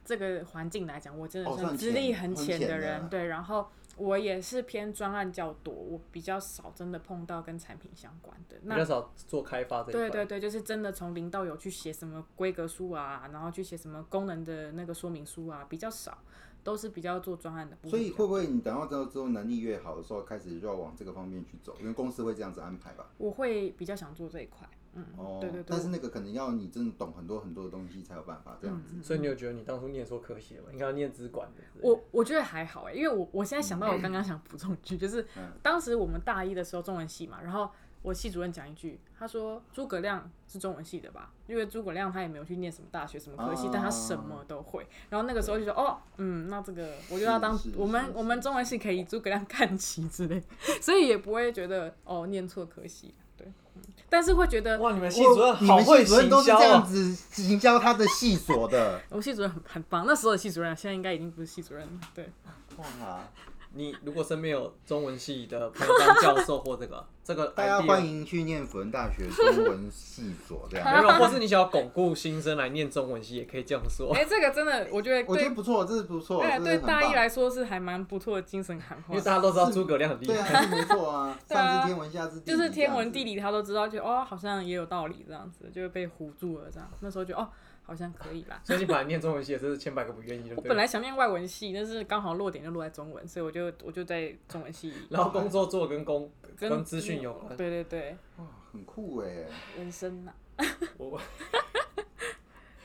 [SPEAKER 4] 这个环境来讲，我真
[SPEAKER 3] 哦
[SPEAKER 4] 的
[SPEAKER 3] 算
[SPEAKER 4] 是资历
[SPEAKER 3] 浅很
[SPEAKER 4] 很浅
[SPEAKER 3] 浅
[SPEAKER 4] 的
[SPEAKER 3] 的
[SPEAKER 4] 人，
[SPEAKER 3] 啊
[SPEAKER 4] 对。然后我也是偏专案较多，我比较少真的碰到跟产品相关的。
[SPEAKER 2] 比较
[SPEAKER 4] 那
[SPEAKER 2] 少做开发这一
[SPEAKER 4] 对
[SPEAKER 2] 块。
[SPEAKER 4] 对对，就是真的从零到有去写什么规格书啊，然后去写什么功能的那个说明书啊，比较少，都是比较做专案的部分。
[SPEAKER 3] 所以会不会你等到之后之后能力越好的时候，开始就要往这个方面去走？因为公司会这样子安排吧。
[SPEAKER 4] 我会比较想做这一块，嗯，嗯
[SPEAKER 3] 哦，
[SPEAKER 4] 对对对。
[SPEAKER 3] 但是那个可能要你真的懂很多很多的东西才有办法这样子。
[SPEAKER 2] 所以你有觉得你当初念错科系了吗？应该要念资管的之类的。
[SPEAKER 4] 我我觉得还好哎、因为我我现在想到我刚刚想补充一句，就是
[SPEAKER 3] 嗯
[SPEAKER 4] 当时我们大一的时候中文系嘛，然后我系主任讲一句，他说诸葛亮是中文系的吧？因为诸葛亮他也没有去念什么大学什么科系，
[SPEAKER 3] 哦
[SPEAKER 4] 但他什么都会。然后那个时候就说哦，嗯，那这个我就要当
[SPEAKER 3] 是是
[SPEAKER 4] 我们
[SPEAKER 3] 是
[SPEAKER 4] 我们中文系可以诸葛亮看齐之类，所以也不会觉得哦念错科系，对，嗯但是会觉得
[SPEAKER 2] 哇，你们系
[SPEAKER 3] 我
[SPEAKER 2] 主任
[SPEAKER 3] 你
[SPEAKER 2] 好
[SPEAKER 3] 们系
[SPEAKER 2] 会
[SPEAKER 3] 主任
[SPEAKER 2] 行
[SPEAKER 3] 都是
[SPEAKER 2] 销
[SPEAKER 3] 这样
[SPEAKER 2] 啊！
[SPEAKER 3] 子行销他的系所 的。
[SPEAKER 4] 我系主任很很棒，那时候的系主任现在应该已经不是系主任了，对。
[SPEAKER 3] 哇，
[SPEAKER 2] 你如果身边有中文系的朋友当教授或 这个这个 idea，
[SPEAKER 3] 大家欢迎去念辅仁大学中文系所这
[SPEAKER 2] 没
[SPEAKER 3] 样。
[SPEAKER 2] 有，或是你想要巩固新生来念中文系，也可以这样说
[SPEAKER 4] 哎、。这个真的，我觉得
[SPEAKER 3] 我觉
[SPEAKER 4] 对
[SPEAKER 3] 得不错，这是不错，这
[SPEAKER 4] 哎，
[SPEAKER 3] 是
[SPEAKER 4] 对
[SPEAKER 3] 很棒
[SPEAKER 4] 大一来说是还蛮不错的精神喊话
[SPEAKER 2] 因为，大家都知道诸葛亮很厉
[SPEAKER 3] 对
[SPEAKER 2] 害，
[SPEAKER 3] 啊，是没错 啊，
[SPEAKER 4] 对啊
[SPEAKER 3] 上知天文，下知地理，
[SPEAKER 4] 就是天文地
[SPEAKER 3] 理。
[SPEAKER 4] 理他都知道，就哦好像也有道理这样子，就被唬住了这样。那时候就哦好像可以啦。
[SPEAKER 2] 所以你本来念中文系也是千百个不愿意，对
[SPEAKER 4] 我
[SPEAKER 2] 不
[SPEAKER 4] 本
[SPEAKER 2] 对？
[SPEAKER 4] 来想念外文系，但是刚好落点就落在中文，所以我就我就在中文系
[SPEAKER 2] 然后工作做跟工跟资讯有关，
[SPEAKER 4] 对对对，
[SPEAKER 3] 很酷哎，
[SPEAKER 4] 人生呐、
[SPEAKER 2] 我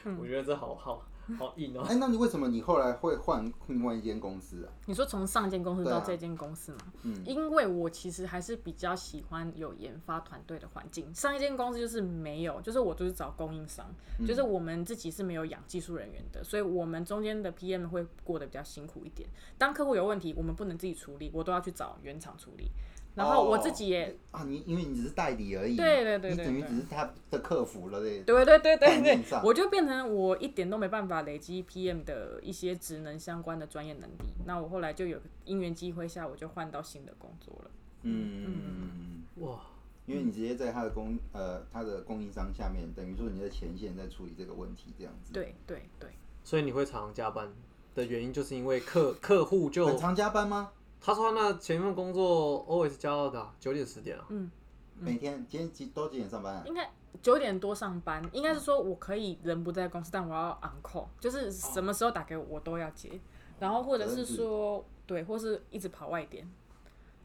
[SPEAKER 4] 嗯
[SPEAKER 2] 我觉得这好好好硬哦
[SPEAKER 3] 哎、。那你为什么你后来会换另外一间公司啊？
[SPEAKER 4] 你说从上间公司
[SPEAKER 3] 对啊
[SPEAKER 4] 到这间公司嘛，
[SPEAKER 3] 嗯，
[SPEAKER 4] 因为我其实还是比较喜欢有研发团队的环境。上一间公司就是没有，就是我就是找供应商，
[SPEAKER 3] 嗯
[SPEAKER 4] 就是我们自己是没有养技术人员的，所以我们中间的 PM 会过得比较辛苦一点。当客户有问题，我们不能自己处理，我都要去找原厂处理。然后我自己也，
[SPEAKER 3] 哦啊，你因为你只是代理而已，
[SPEAKER 4] 对对对
[SPEAKER 3] 你
[SPEAKER 4] 对
[SPEAKER 3] 等于
[SPEAKER 4] 对
[SPEAKER 3] 只是他的客服了嘞。
[SPEAKER 4] 对对对对
[SPEAKER 3] 概念
[SPEAKER 4] 对
[SPEAKER 3] 上，
[SPEAKER 4] 我就变成我一点都没办法累积 PM 的一些职能相关的专业能力。那我后来就有因缘机会下，我就换到新的工作了。
[SPEAKER 3] 嗯，
[SPEAKER 2] 哇，
[SPEAKER 3] 因为你直接在他的供呃他的供应商下面，等于说你在前线在处理这个问题这样子。，
[SPEAKER 4] 对对对，
[SPEAKER 2] 所以你会常常加班的原因，就是因为客客户就
[SPEAKER 3] 很常加班吗？
[SPEAKER 2] 他说他那前一份工作 always 加到的啊九点十点啊，
[SPEAKER 4] 嗯。
[SPEAKER 3] 每天今天几都几点上班啊？
[SPEAKER 4] 应该九点多上班，应该是说我可以人不在公司，但我要 on call，就是什么时候打给我我都要接，然后或者是说对，或是一直跑外点，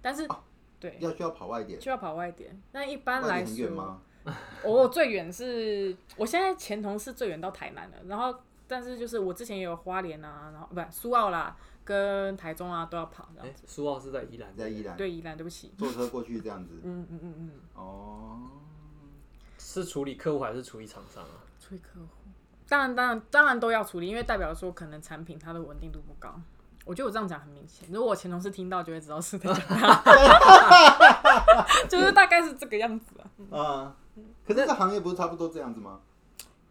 [SPEAKER 4] 但是
[SPEAKER 3] 哦
[SPEAKER 4] 对
[SPEAKER 3] 要需要跑外点，
[SPEAKER 4] 就要跑外点。那一般
[SPEAKER 3] 外
[SPEAKER 4] 来
[SPEAKER 3] 点很远
[SPEAKER 4] 说，
[SPEAKER 3] 吗？
[SPEAKER 4] 我最远是我现在前同事最远到台南了，然后但是就是我之前也有花莲啊，然后不苏澳啦，跟台中啊都要跑这
[SPEAKER 2] 哎
[SPEAKER 4] 样子。，
[SPEAKER 2] 苏澳是在宜兰，
[SPEAKER 3] 在宜兰，
[SPEAKER 4] 对宜兰，对不起，
[SPEAKER 3] 坐车过去这样子。
[SPEAKER 4] 嗯嗯嗯嗯，
[SPEAKER 3] 哦，
[SPEAKER 2] 是处理客户还是处理厂商啊？
[SPEAKER 4] 催客户。当然，当然，当然都要处理，因为代表说可能产品它的稳定度不高。我觉得我这样讲很明显，如果我前同事听到就会知道是在讲 他，就是大概是这个样子啊。
[SPEAKER 3] 啊，可是这行业不是差不多这样子吗？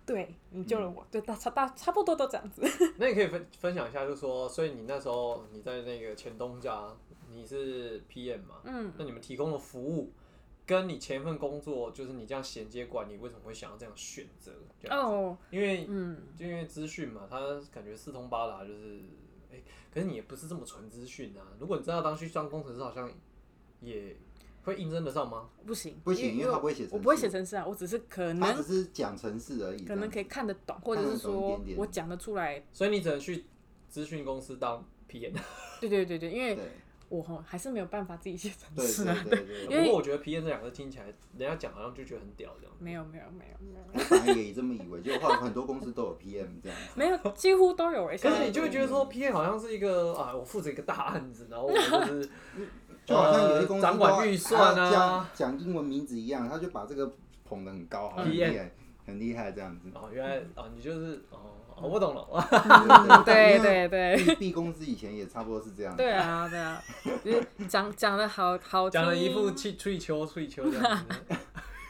[SPEAKER 4] 对你救了我，对大差大差不多都这样子。
[SPEAKER 2] 那你可以分分享一下，就是说，所以你那时候你在那个前东家，你是 PM 嘛？
[SPEAKER 4] 嗯，
[SPEAKER 2] 那你们提供的服务，跟你前一份工作，就是你这样衔接管理，为什么会想要这样选择？这样子，
[SPEAKER 4] 哦，
[SPEAKER 2] 因为
[SPEAKER 4] 嗯，
[SPEAKER 2] 就因为资讯嘛，它感觉四通八达，就是哎、可是你也不是这么纯资讯啊。如果你真的要当去当工程师，好像也会应征得上吗？
[SPEAKER 4] 不行，
[SPEAKER 3] 不行因为他
[SPEAKER 4] 我
[SPEAKER 3] 不会写程式
[SPEAKER 4] 我不会写程式啊，我只是可
[SPEAKER 3] 他只
[SPEAKER 4] 能
[SPEAKER 3] 是讲城市而已，
[SPEAKER 4] 可能可
[SPEAKER 3] 以。
[SPEAKER 4] 以看得懂，或者
[SPEAKER 3] 看
[SPEAKER 4] 是
[SPEAKER 3] 得懂一
[SPEAKER 4] 说
[SPEAKER 3] 点点
[SPEAKER 4] 我讲得出来。
[SPEAKER 2] 所以你只能去资讯公司当 PM。
[SPEAKER 4] 对对对对，因为
[SPEAKER 3] 对
[SPEAKER 4] 我吼还是没有办法自己写程
[SPEAKER 3] 对
[SPEAKER 4] 式啊
[SPEAKER 3] 对， 对对，
[SPEAKER 4] 因为
[SPEAKER 2] 不过我觉得 PM 这两个听起来，人家讲好像就觉得很屌这样。
[SPEAKER 4] 没有没有没有没有
[SPEAKER 3] 我本来也这么以为，就后来很多公司都有 PM 这样子。
[SPEAKER 4] 没有，几乎都有哎。
[SPEAKER 2] 可
[SPEAKER 4] 现
[SPEAKER 2] 是
[SPEAKER 4] 在
[SPEAKER 2] 你就会觉得说，P A 好像是一个啊，我负责一个大案子，然后我就是
[SPEAKER 3] 就好像有些公司
[SPEAKER 2] 呃掌管预算
[SPEAKER 3] 还
[SPEAKER 2] 啊
[SPEAKER 3] 要讲讲英文名字一样，他就把这个捧得很高，好像
[SPEAKER 2] PM
[SPEAKER 3] 很厉害这样子。
[SPEAKER 2] 哦，原来啊，你就是哦，我不懂了，哇
[SPEAKER 4] 对
[SPEAKER 3] 因为
[SPEAKER 4] 对对。
[SPEAKER 3] B- B 公司以前也差不多是这样。
[SPEAKER 4] 对，啊，对啊，就是讲讲的好好听，
[SPEAKER 2] 讲了一副气吹球吹球这样子，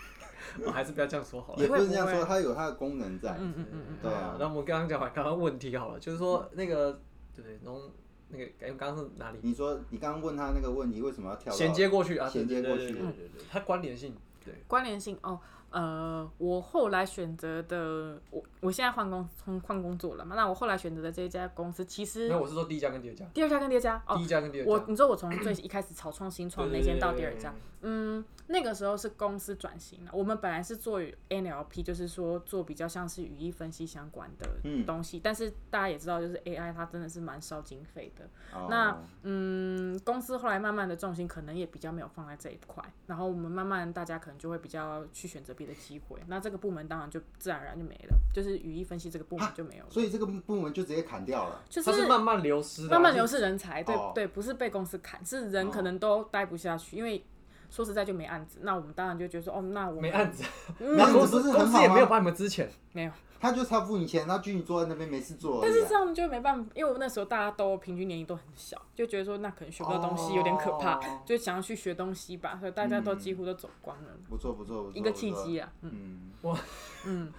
[SPEAKER 2] 我还是不要这样说好了
[SPEAKER 3] 也。不是这样
[SPEAKER 4] 不
[SPEAKER 3] 说，
[SPEAKER 4] 会
[SPEAKER 3] 它有它的功能在。
[SPEAKER 4] 嗯嗯嗯嗯，
[SPEAKER 3] 对啊
[SPEAKER 2] 那我们刚刚讲完刚刚问题好了，就是说那个对农那个哎，刚刚是哪里
[SPEAKER 3] 你说你刚刚问他那个问题，为什么要跳到
[SPEAKER 2] 衔接过去啊？
[SPEAKER 3] 衔接过去
[SPEAKER 2] 对对对对
[SPEAKER 4] 嗯
[SPEAKER 2] 对对它关联性对
[SPEAKER 4] 关联性哦，呃，我后来选择的，我我现在换工从换工作了嘛，那我后来选择的这一家公司，其实
[SPEAKER 2] 没有，我是说第一家跟第二家，
[SPEAKER 4] 第二家跟第二家嗯哦
[SPEAKER 2] 第一，家跟第二家，
[SPEAKER 4] 我你知道我从最一开始草创新创那间到第二家，
[SPEAKER 2] 对，
[SPEAKER 4] 嗯，那个时候是公司转型了。我们本来是做 NLP，就是说做比较像是语义分析相关的
[SPEAKER 3] 嗯
[SPEAKER 4] 东西，但是大家也知道，就是 AI 它真的是蛮烧经费的。
[SPEAKER 3] 哦
[SPEAKER 4] 那嗯，公司后来慢慢的重心可能也比较没有放在这一块，然后我们慢慢大家可能就会比较去选择别的机会，那这个部门当然就自然而然就没了，就是语义分析这个部门就没有了，
[SPEAKER 3] 所以这个部门就直接砍掉了。
[SPEAKER 4] 就
[SPEAKER 2] 它是慢慢流失的啊，
[SPEAKER 4] 慢慢流
[SPEAKER 2] 失。
[SPEAKER 4] 失人才，对、
[SPEAKER 3] 哦
[SPEAKER 4] 对，不是被公司砍，是人
[SPEAKER 3] 哦
[SPEAKER 4] 可能都待不下去，因为说实在就没案子，那我们当然就觉得说，哦，那我
[SPEAKER 2] 没
[SPEAKER 4] 们
[SPEAKER 2] 案子，
[SPEAKER 3] 那
[SPEAKER 2] 公
[SPEAKER 3] 你不
[SPEAKER 2] 司
[SPEAKER 3] 是
[SPEAKER 2] 公
[SPEAKER 3] 很
[SPEAKER 2] 司
[SPEAKER 3] 好
[SPEAKER 2] 也没有
[SPEAKER 3] 吗？
[SPEAKER 2] 把你们之前，
[SPEAKER 4] 没有，
[SPEAKER 3] 他就差付你钱，他继续坐在那边没事做而已啊。
[SPEAKER 4] 但是这样就没办法，因为我那时候大家都平均年龄都很小，就觉得说那可能学不到东西有点可怕，
[SPEAKER 3] 哦
[SPEAKER 4] 就想要去学东西吧，所以大家都
[SPEAKER 3] 嗯
[SPEAKER 4] 几乎都走光了，
[SPEAKER 3] 不错不错不错，
[SPEAKER 4] 一个契机
[SPEAKER 3] 啊。
[SPEAKER 4] 啊，
[SPEAKER 3] 嗯，
[SPEAKER 4] 嗯，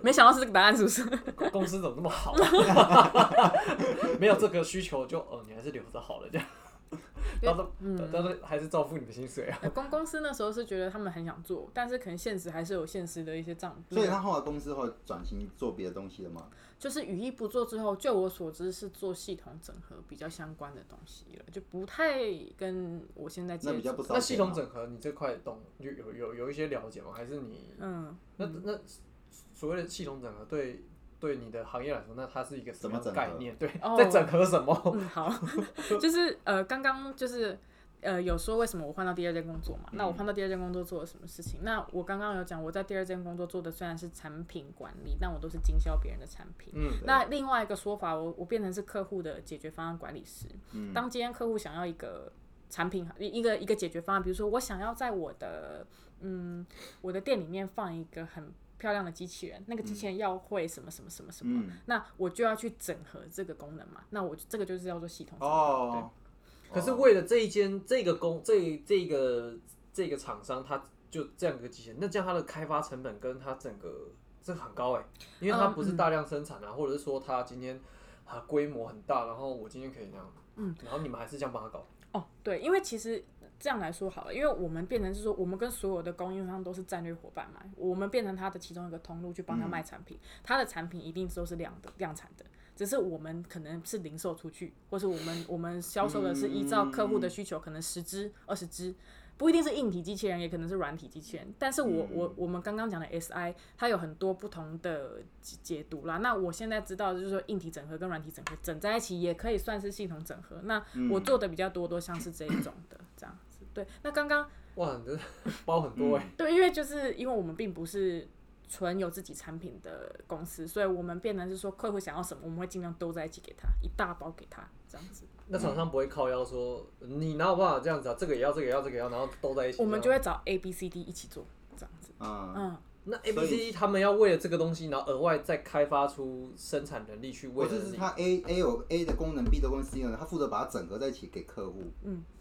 [SPEAKER 4] 没想到是这个答案，是不是？
[SPEAKER 2] 公司怎么那么好？ 没有这个需求就哦，你还是留着好了这样。到时候，到时候还是照付你的薪水啊。
[SPEAKER 4] 公公司那时候是觉得他们很想做，但是可能现实还是有现实的一些障
[SPEAKER 3] 所以
[SPEAKER 4] 碍。
[SPEAKER 3] 他后来公司后来转型做别的东西了嘛？
[SPEAKER 4] 就是语义不做之后，就我所知是做系统整合比较相关的东西了，就不太跟我现在接触。
[SPEAKER 3] 那比较不少
[SPEAKER 2] 那系统整合你这块懂有有有有一些了解吗？还是你
[SPEAKER 4] 嗯，
[SPEAKER 2] 那那所谓的系统整合对对你的行业来说，那它是一个什么
[SPEAKER 3] 怎么
[SPEAKER 2] 样的
[SPEAKER 3] 整
[SPEAKER 2] 概
[SPEAKER 3] 合
[SPEAKER 2] 念？对，
[SPEAKER 4] 哦
[SPEAKER 2] 在整合什么？
[SPEAKER 4] 嗯，好， 就是呃，刚刚就是呃，有说为什么我换到第二间工作嘛？那我换到第二间工作做了什么事情？那我刚刚有讲，我在第二间工作做的虽然是产品管理，但我都是经销别人的产品。
[SPEAKER 2] 嗯，
[SPEAKER 4] 那另外一个说法，我我变成是客户的解决方案管理师。
[SPEAKER 3] 嗯
[SPEAKER 4] 当今天客户想要一个产品，一一个一个解决方案，比如说我想要在我的嗯我的店里面放一个很漂亮的机器人，那个机器人要会什么什么什么什么，
[SPEAKER 3] 嗯
[SPEAKER 4] 那我就要去整合这个功能嘛。那我就这个就是叫做系统整合对
[SPEAKER 3] 哦，
[SPEAKER 2] 可是为了这一间这个工这这个这个厂商，它就这样一个机器人，那这样它的开发成本跟它整个这很高哎、因为它
[SPEAKER 4] 嗯
[SPEAKER 2] 不是大量生产啊，或者是说它今天啊规模很大，然后我今天可以那样，
[SPEAKER 4] 嗯，
[SPEAKER 2] 然后你们还是这样帮他搞，
[SPEAKER 4] 哦，对，因为其实这样来说好了，因为我们变成是说，我们跟所有的供应商都是战略伙伴嘛，我们变成他的其中一个通路去帮他
[SPEAKER 3] 嗯
[SPEAKER 4] 卖产品，他的产品一定都是量的量产的，只是我们可能是零售出去，或是我们我们销售的是依照客户的需求，可能十支二十支。不一定是硬体机器人，也可能是软体机器人。但是我、我我们刚刚讲的 SI，它有很多不同的解解读啦。那我现在知道，就是说硬体整合跟软体整合整在一起，也可以算是系统整合。那我做的比较多，多像是这一种的这样子。对，那刚刚
[SPEAKER 2] 哇，你这包很多哎、
[SPEAKER 4] 对，因为就是因为我们并不是纯有自己产品的公司，所以我们变成是说客户想要什么，我们会尽量都在一起给他一大包给他这样子。
[SPEAKER 2] 那厂商不会靠腰说你哪有办法这样子啊，这个也要，这个也要，这个也要，然后都在一起，
[SPEAKER 4] 我
[SPEAKER 3] 哦
[SPEAKER 4] 们就
[SPEAKER 2] 会
[SPEAKER 4] 会找 A、B、C、D 一起做这样子。
[SPEAKER 3] 嗯，
[SPEAKER 4] 嗯，
[SPEAKER 2] 那
[SPEAKER 3] 以
[SPEAKER 2] A B C 他们要为了这个东西，然后额外再开发出生产能力去为
[SPEAKER 3] 我
[SPEAKER 2] 了
[SPEAKER 3] 是是
[SPEAKER 2] 你
[SPEAKER 3] 他 A A 有 A 的功能，B 的功能，C 的功能，他负责把它整合在一起给客户，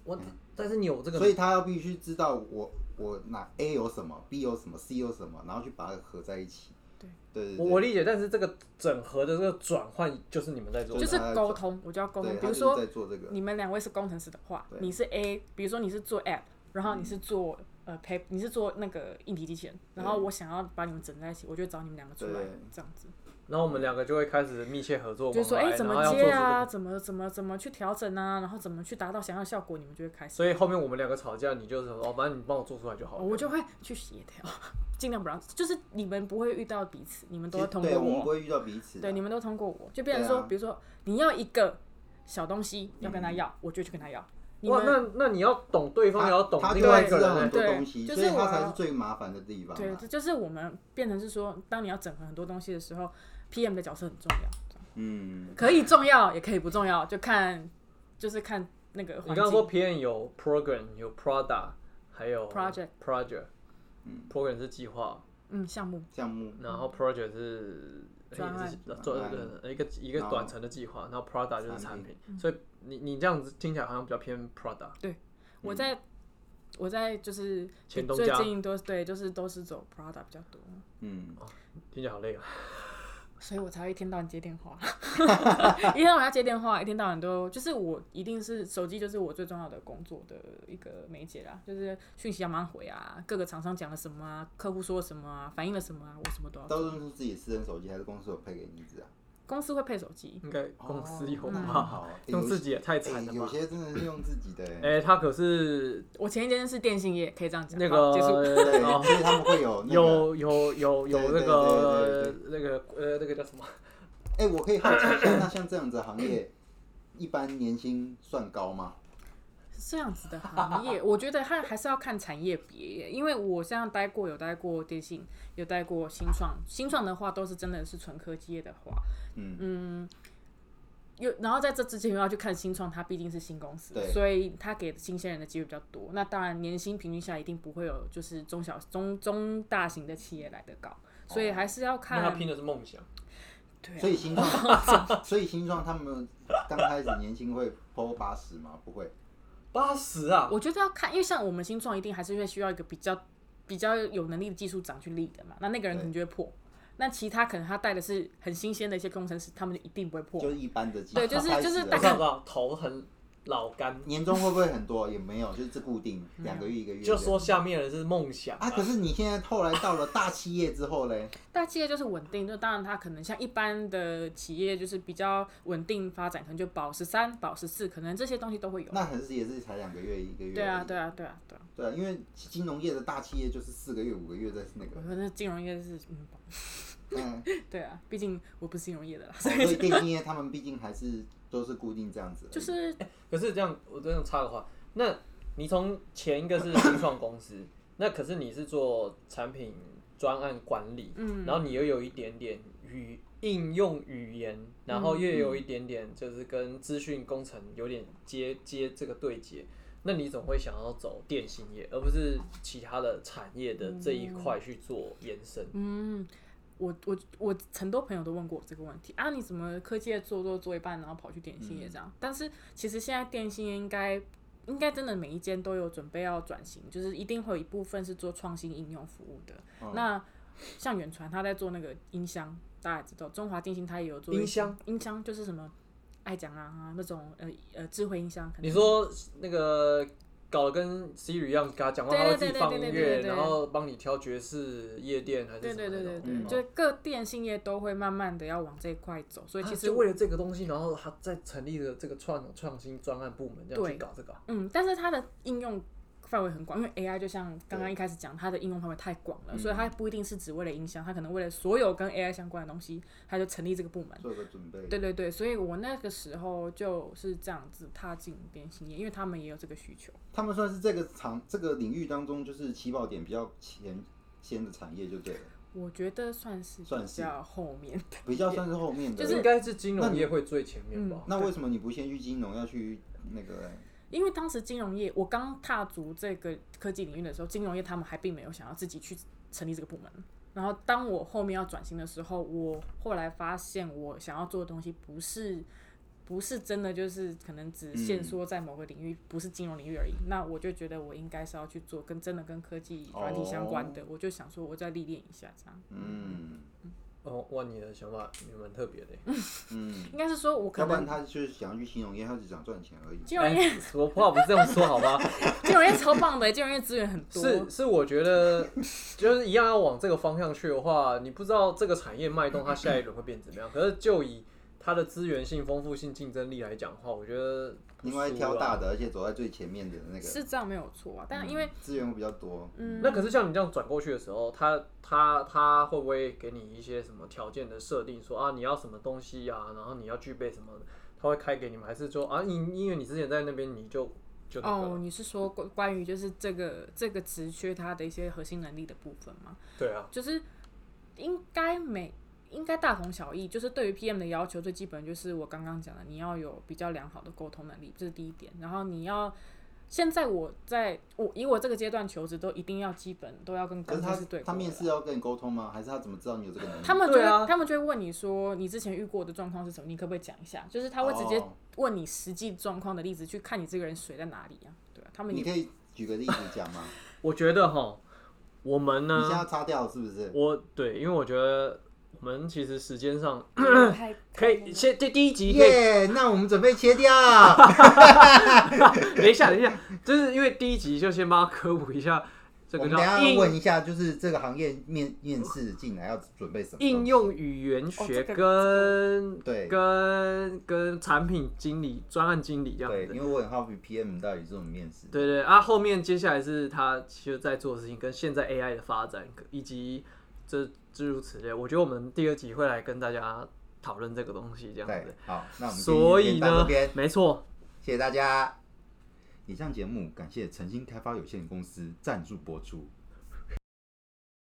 [SPEAKER 2] 我，但是你有这个
[SPEAKER 3] 所以他要必须知道我我哪 A 有什么，B 有什么，C 有什么，然后去把它合在一起。
[SPEAKER 4] 对
[SPEAKER 3] 对对
[SPEAKER 2] 我
[SPEAKER 3] 对，
[SPEAKER 2] 我理解，但是这个整合的这个转换就是你们在做
[SPEAKER 3] 就
[SPEAKER 4] 就是
[SPEAKER 2] 的。
[SPEAKER 4] 是
[SPEAKER 3] 他在
[SPEAKER 4] 沟
[SPEAKER 3] 做
[SPEAKER 4] 通，我就要沟通
[SPEAKER 3] 对，。
[SPEAKER 4] 比
[SPEAKER 3] 他就
[SPEAKER 4] 如
[SPEAKER 3] 是
[SPEAKER 4] 说
[SPEAKER 3] 在做这个，
[SPEAKER 4] 你们两位是工程师的话，
[SPEAKER 3] 对嗯
[SPEAKER 4] 你是 A，比如说你是做 App，然后你是做、呃陪，你是做那个硬体机器人，然后
[SPEAKER 3] 对
[SPEAKER 4] 我想要把你们整在一起，我就找你们两个出来
[SPEAKER 3] 对
[SPEAKER 4] 这样子，
[SPEAKER 2] 然后我们两个就会开始密切合作，
[SPEAKER 4] 就是说
[SPEAKER 2] 往
[SPEAKER 4] 哎、
[SPEAKER 2] 来
[SPEAKER 4] 怎
[SPEAKER 2] 然后
[SPEAKER 4] 么
[SPEAKER 2] 要做
[SPEAKER 4] 接
[SPEAKER 2] 出
[SPEAKER 4] 啊，
[SPEAKER 2] 这个
[SPEAKER 4] 怎么怎么怎么去调整啊，然后怎么去达到想要的效果，你们就会开始，
[SPEAKER 2] 所以后面我们两个吵架，你就是说哦，反正你帮我做出来就好了。
[SPEAKER 4] 我就会去协调， 尽量不让，就是你们不会遇到彼此，你们
[SPEAKER 3] 其
[SPEAKER 4] 都
[SPEAKER 3] 实
[SPEAKER 4] 会通过
[SPEAKER 3] 对，我们不
[SPEAKER 4] 我，
[SPEAKER 3] 会遇到彼此的。
[SPEAKER 4] 对，你们都通过我，就变
[SPEAKER 3] 对
[SPEAKER 4] 成说，
[SPEAKER 3] 啊
[SPEAKER 4] 比如说你要一个小东西要跟他要，我就去跟他要，你
[SPEAKER 2] 哇，
[SPEAKER 4] 们
[SPEAKER 2] 那那你要懂对方，
[SPEAKER 3] 他
[SPEAKER 2] 也要懂
[SPEAKER 3] 他
[SPEAKER 2] 另外
[SPEAKER 3] 就会
[SPEAKER 2] 一个
[SPEAKER 3] 知道
[SPEAKER 2] 人
[SPEAKER 3] 很
[SPEAKER 2] 欸。
[SPEAKER 3] 多
[SPEAKER 4] 对
[SPEAKER 3] 东西，
[SPEAKER 4] 就
[SPEAKER 3] 所
[SPEAKER 4] 是
[SPEAKER 3] 以
[SPEAKER 4] 我
[SPEAKER 3] 他才
[SPEAKER 4] 要
[SPEAKER 3] 是最麻烦的地方
[SPEAKER 4] 对，
[SPEAKER 3] 嘛。
[SPEAKER 4] 这就是我们变成是说，当你要整合很多东西的时候，PM 的角色很重要，这样
[SPEAKER 3] 嗯，
[SPEAKER 4] 可以重要，也可以不重要，就看就是看那
[SPEAKER 3] 啊
[SPEAKER 4] 个
[SPEAKER 2] 你
[SPEAKER 4] 环
[SPEAKER 2] 刚刚说
[SPEAKER 4] 境。
[SPEAKER 2] PM 有 program 有 product，还有
[SPEAKER 4] Project
[SPEAKER 3] 嗯
[SPEAKER 2] project，program 是计划，
[SPEAKER 4] 嗯，项目
[SPEAKER 3] 项目
[SPEAKER 2] 然后 project 是哎
[SPEAKER 4] 专案
[SPEAKER 2] 也是做
[SPEAKER 3] 专案
[SPEAKER 2] 对一个一个
[SPEAKER 3] 然后
[SPEAKER 2] 短程的计划，然后 Prada 就是产
[SPEAKER 3] 产
[SPEAKER 2] 品，所以你你这样子听起来好像比较偏 Prada，
[SPEAKER 4] 我在、我在就是
[SPEAKER 2] 嗯前东
[SPEAKER 4] 最
[SPEAKER 2] 家
[SPEAKER 4] 近都对，就是都是走 Prada 比较多，
[SPEAKER 3] 嗯，
[SPEAKER 2] 听起来好累啊。
[SPEAKER 4] 所以我才会一天到晚接电话， 一天到晚要接电话，一天到晚都就是我一定是手机就是我最重要的工作的一个媒介啦，就是讯息要马上回啊，各个厂商讲了什么啊，客户说了什么啊，反映了什么啊，我什么都要
[SPEAKER 3] 到
[SPEAKER 4] 做。
[SPEAKER 3] 时候是自己私人手机还是公司有配给你这样？
[SPEAKER 4] 公司会配手机，
[SPEAKER 2] 应该公司
[SPEAKER 4] 哦
[SPEAKER 2] 有
[SPEAKER 3] 那很
[SPEAKER 2] 吧？
[SPEAKER 3] 好啊，
[SPEAKER 2] 用
[SPEAKER 3] 有
[SPEAKER 2] 自己也太
[SPEAKER 3] 哎
[SPEAKER 2] 惨了
[SPEAKER 3] 有
[SPEAKER 2] 吧？
[SPEAKER 3] 些真的是用自 己的欸，
[SPEAKER 2] 哎，他可是
[SPEAKER 4] 我前一间是电信业，可以这样讲。
[SPEAKER 2] 那
[SPEAKER 4] 好结 束。
[SPEAKER 2] 个
[SPEAKER 3] 对，
[SPEAKER 2] 哦
[SPEAKER 3] 所以他们会有那个。
[SPEAKER 2] 有有有有
[SPEAKER 3] 对
[SPEAKER 2] 那
[SPEAKER 3] 对
[SPEAKER 2] 个
[SPEAKER 3] 对
[SPEAKER 2] 那个呃那个叫什么？
[SPEAKER 3] 哎，我可以好奇一下，那像这样子的行业，一般年薪算高吗？
[SPEAKER 4] 是这样子的行业，我觉得它还是要看产业别耶，因为我这样待过，有待过电信，有待过新创，新创的话都是真的是纯科技业的话，
[SPEAKER 3] 嗯
[SPEAKER 4] 有，然后在这之前又要去看新创，它毕竟是新公司，
[SPEAKER 3] 对
[SPEAKER 4] 所以它给新鲜人的机会比较多。那当然，年薪平均下一定不会有就是中小中中大型的企业来的高，所以还是要看。
[SPEAKER 2] 那他拼的是梦想，
[SPEAKER 4] 对啊
[SPEAKER 3] 哦所以新 创， 所以新创他们刚开始年薪会破八十吗？不会，
[SPEAKER 2] 八十啊！
[SPEAKER 4] 我觉得要看，因为像我们新创一定还是会需要一个比较比较有能力的技术长去立的嘛，那那个人可能就会破。那其他可能他带的是很新鲜的一些工程师，他们就一定不会破。
[SPEAKER 3] 就是一般的基
[SPEAKER 4] 对就是
[SPEAKER 3] 刚开始
[SPEAKER 4] 就是
[SPEAKER 3] 的
[SPEAKER 2] 我
[SPEAKER 4] 大
[SPEAKER 2] 知
[SPEAKER 4] 概
[SPEAKER 2] 道，我知道，头很老干，
[SPEAKER 3] 年终会不会很多？也没有，就是这固定
[SPEAKER 4] 嗯
[SPEAKER 3] 两个月一个月这
[SPEAKER 2] 就
[SPEAKER 3] 样。
[SPEAKER 2] 说下面的是梦想
[SPEAKER 3] 啊，可是你现在后来到了大企业之后嘞，
[SPEAKER 4] 大企业就是稳定，就当然它可能像一般的企业就是比较稳定发展，可能就保十三、保十四，可能这些东西都会有。
[SPEAKER 3] 那还是也是才两个月一个月而已。
[SPEAKER 4] 对啊，对啊，对啊，对啊。
[SPEAKER 3] 对啊，因为金融业的大企业就是四个月五个月在那
[SPEAKER 4] 我
[SPEAKER 3] 个，
[SPEAKER 4] 说那金融业是，嗯，
[SPEAKER 3] 嗯，
[SPEAKER 4] 对啊，毕竟我不是金融业的啦，
[SPEAKER 3] 所以电信业他们毕竟还是都是固定这样子而已。
[SPEAKER 4] 就是
[SPEAKER 2] 可是这样，我这样插个话，那你从前一个是新创公司，那可是你是做产品专案管理，
[SPEAKER 4] 嗯
[SPEAKER 2] 然后你又有一点点语应用语言，然后又有一点点就是跟资讯工程有点接接这个对接，那你总会想要走电信业，而不是其他的产业的这一块去做延伸。
[SPEAKER 4] 嗯，我我我很多朋友都问过我这个问题啊，你怎么科技业做做做一半，然后跑去电信业
[SPEAKER 2] 嗯
[SPEAKER 4] 这样？但是其实现在电信业应该应该真的每一间都有准备要转型，就是一定会有一部分是做创新应用服务的。
[SPEAKER 2] 哦
[SPEAKER 3] 嗯
[SPEAKER 4] 那像远传他在做那个音箱，大家也知道，中华电信它也有做
[SPEAKER 2] 音箱，
[SPEAKER 4] 音箱就是什么爱讲啊那种呃呃智慧音箱，可能
[SPEAKER 2] 你说那个搞得跟 Siri 一样，给他讲话，
[SPEAKER 4] 对
[SPEAKER 2] 他
[SPEAKER 4] 对
[SPEAKER 2] 会自己
[SPEAKER 4] 对对
[SPEAKER 2] 放
[SPEAKER 4] 对
[SPEAKER 2] 音
[SPEAKER 4] 对对
[SPEAKER 2] 乐，
[SPEAKER 4] 对
[SPEAKER 2] 然后帮你挑爵士夜店还是
[SPEAKER 4] 对
[SPEAKER 2] 什么
[SPEAKER 4] 对
[SPEAKER 2] 那
[SPEAKER 4] 对
[SPEAKER 2] 种。哦
[SPEAKER 4] 对
[SPEAKER 3] 嗯
[SPEAKER 4] 对，就是各电信业都会慢慢的要往这一块走，所以
[SPEAKER 2] 啊
[SPEAKER 4] 其实
[SPEAKER 2] 就
[SPEAKER 4] 我
[SPEAKER 2] 为了这个东西，然后他再成立了这个创创新专案部门，这样
[SPEAKER 4] 对
[SPEAKER 2] 去搞这个啊。
[SPEAKER 4] 嗯，但是它的应用范围很广，因为 AI 就像刚刚一开始讲，它的应用范围太广了，
[SPEAKER 3] 嗯
[SPEAKER 4] 所以它不一定是只为了音箱，它可能为了所有跟 AI 相关的东西，它就成立这个部门。
[SPEAKER 3] 做个准备。
[SPEAKER 4] 对对对，所以我那个时候就是这样子踏进电信业，因为他们也有这个需求。
[SPEAKER 3] 他们算是这个场这个领域当中就是起跑点比较前先的产业就对了，
[SPEAKER 4] 我觉得算是
[SPEAKER 3] 算
[SPEAKER 4] 比
[SPEAKER 3] 是
[SPEAKER 4] 较后面，
[SPEAKER 3] 比较算是后面的。
[SPEAKER 2] 应该是金融业会最前面
[SPEAKER 4] 嗯
[SPEAKER 2] 吧？
[SPEAKER 3] 那为什么你不先去金融，要去那个嘞？
[SPEAKER 4] 因为当时金融业我刚踏足这个科技领域的时候，金融业他们还并没有想要自己去成立这个部门。然后当我后面要转型的时候，我后来发现我想要做的东西不是不是真的就是可能只限缩在某个领域，不是金融领域而已。那我就觉得我应该是要去做跟真的跟科技软体相关的，我就想说我再历练一下这样。
[SPEAKER 3] 嗯
[SPEAKER 2] 哦，哇，你的想法也蛮特 别的耶。哎
[SPEAKER 3] 嗯，
[SPEAKER 4] 应该是说我可
[SPEAKER 3] 要不
[SPEAKER 4] 能
[SPEAKER 3] 然他就是想要去金融业，他只想赚钱而已。
[SPEAKER 4] 金融业、
[SPEAKER 2] 哎我话不是这样说好吗？
[SPEAKER 4] 金融业超棒的，金 融业资源很多。
[SPEAKER 2] 是是，我觉得就是一样要往这个方向去的话，你不知道这个产业脉动它下一轮会变怎么样。可是就以它的资源性、丰富性、竞争力来讲的话，我觉得不
[SPEAKER 3] 另外
[SPEAKER 2] 输
[SPEAKER 3] 挑
[SPEAKER 2] 啦
[SPEAKER 3] 大的，而且走在最前面的那个，
[SPEAKER 4] 啊是这样没有错啊，但因为
[SPEAKER 3] 资源会比较多。
[SPEAKER 4] 嗯，
[SPEAKER 2] 那可是像你这样转过去的时候，他他他会不会给你一些什么条件的设定？说啊，你要什么东西啊，然后你要具备什么，他会开给你们，还是说啊，因因为你之前在那边你就就那个了
[SPEAKER 4] 哦，你是说关关于就是这个这个职缺它的一些核心能力的部分吗？
[SPEAKER 2] 对啊，
[SPEAKER 4] 就是应该每应该大同小异，就是对于 PM 的要求最基本就是我刚刚讲的，你要有比较良好的沟通能力，这是第一点。然后你要现在我在我以我这个阶段求职，都一定要基本都要跟
[SPEAKER 3] 可
[SPEAKER 4] 公
[SPEAKER 3] 是他
[SPEAKER 4] 司对过
[SPEAKER 3] 他面
[SPEAKER 4] 的
[SPEAKER 3] 试要跟你沟通吗？还是他怎么知道你有这个能力？
[SPEAKER 4] 他们就会、
[SPEAKER 2] 对啊
[SPEAKER 4] 他们就会问你说你之前遇过的状况是什么，你可不可以讲一下？就是他会直接
[SPEAKER 3] 哦
[SPEAKER 4] 问你实际状况的例子，去看你这个人水在哪里啊？对啊，他们
[SPEAKER 3] 你
[SPEAKER 4] 也
[SPEAKER 3] 可以举个例子讲吗？
[SPEAKER 2] 我觉得哈，我们
[SPEAKER 3] 你现在
[SPEAKER 2] 呢，
[SPEAKER 3] 要擦掉是不是？
[SPEAKER 2] 嗯我对，因为我觉得我们其实时 间上
[SPEAKER 4] 太
[SPEAKER 2] 可以先第第一集可以
[SPEAKER 3] 耶那我们准备切掉。
[SPEAKER 2] 等一下，等一下，就是因为第一集就先帮他科普一下这
[SPEAKER 3] 我
[SPEAKER 2] 个
[SPEAKER 3] 们等一
[SPEAKER 2] 叫
[SPEAKER 3] 下要
[SPEAKER 2] 应
[SPEAKER 3] 问一下，就是这个行业面面试进来要准备什么东西
[SPEAKER 2] 应？用语言学
[SPEAKER 4] 哦这个
[SPEAKER 2] 跟、
[SPEAKER 3] 哦对
[SPEAKER 2] 跟跟产品经理、专案经理这样
[SPEAKER 3] 对，因
[SPEAKER 2] 子。
[SPEAKER 3] 为我很好奇 PM 到底这种面试。
[SPEAKER 2] 对对啊，后面接下来是他其实在做的事情，跟现在 AI 的发展以及这诸如此类。我觉得我们第二集会来跟大家讨论这个东西，这样
[SPEAKER 3] 对
[SPEAKER 2] 子。，
[SPEAKER 3] 好，那我们今
[SPEAKER 2] 所
[SPEAKER 3] 天
[SPEAKER 2] 以
[SPEAKER 3] 到
[SPEAKER 2] 呢
[SPEAKER 3] 这边，
[SPEAKER 2] 没错，
[SPEAKER 3] 谢谢大家。以上节目感谢诚心开发有限公司赞助播出。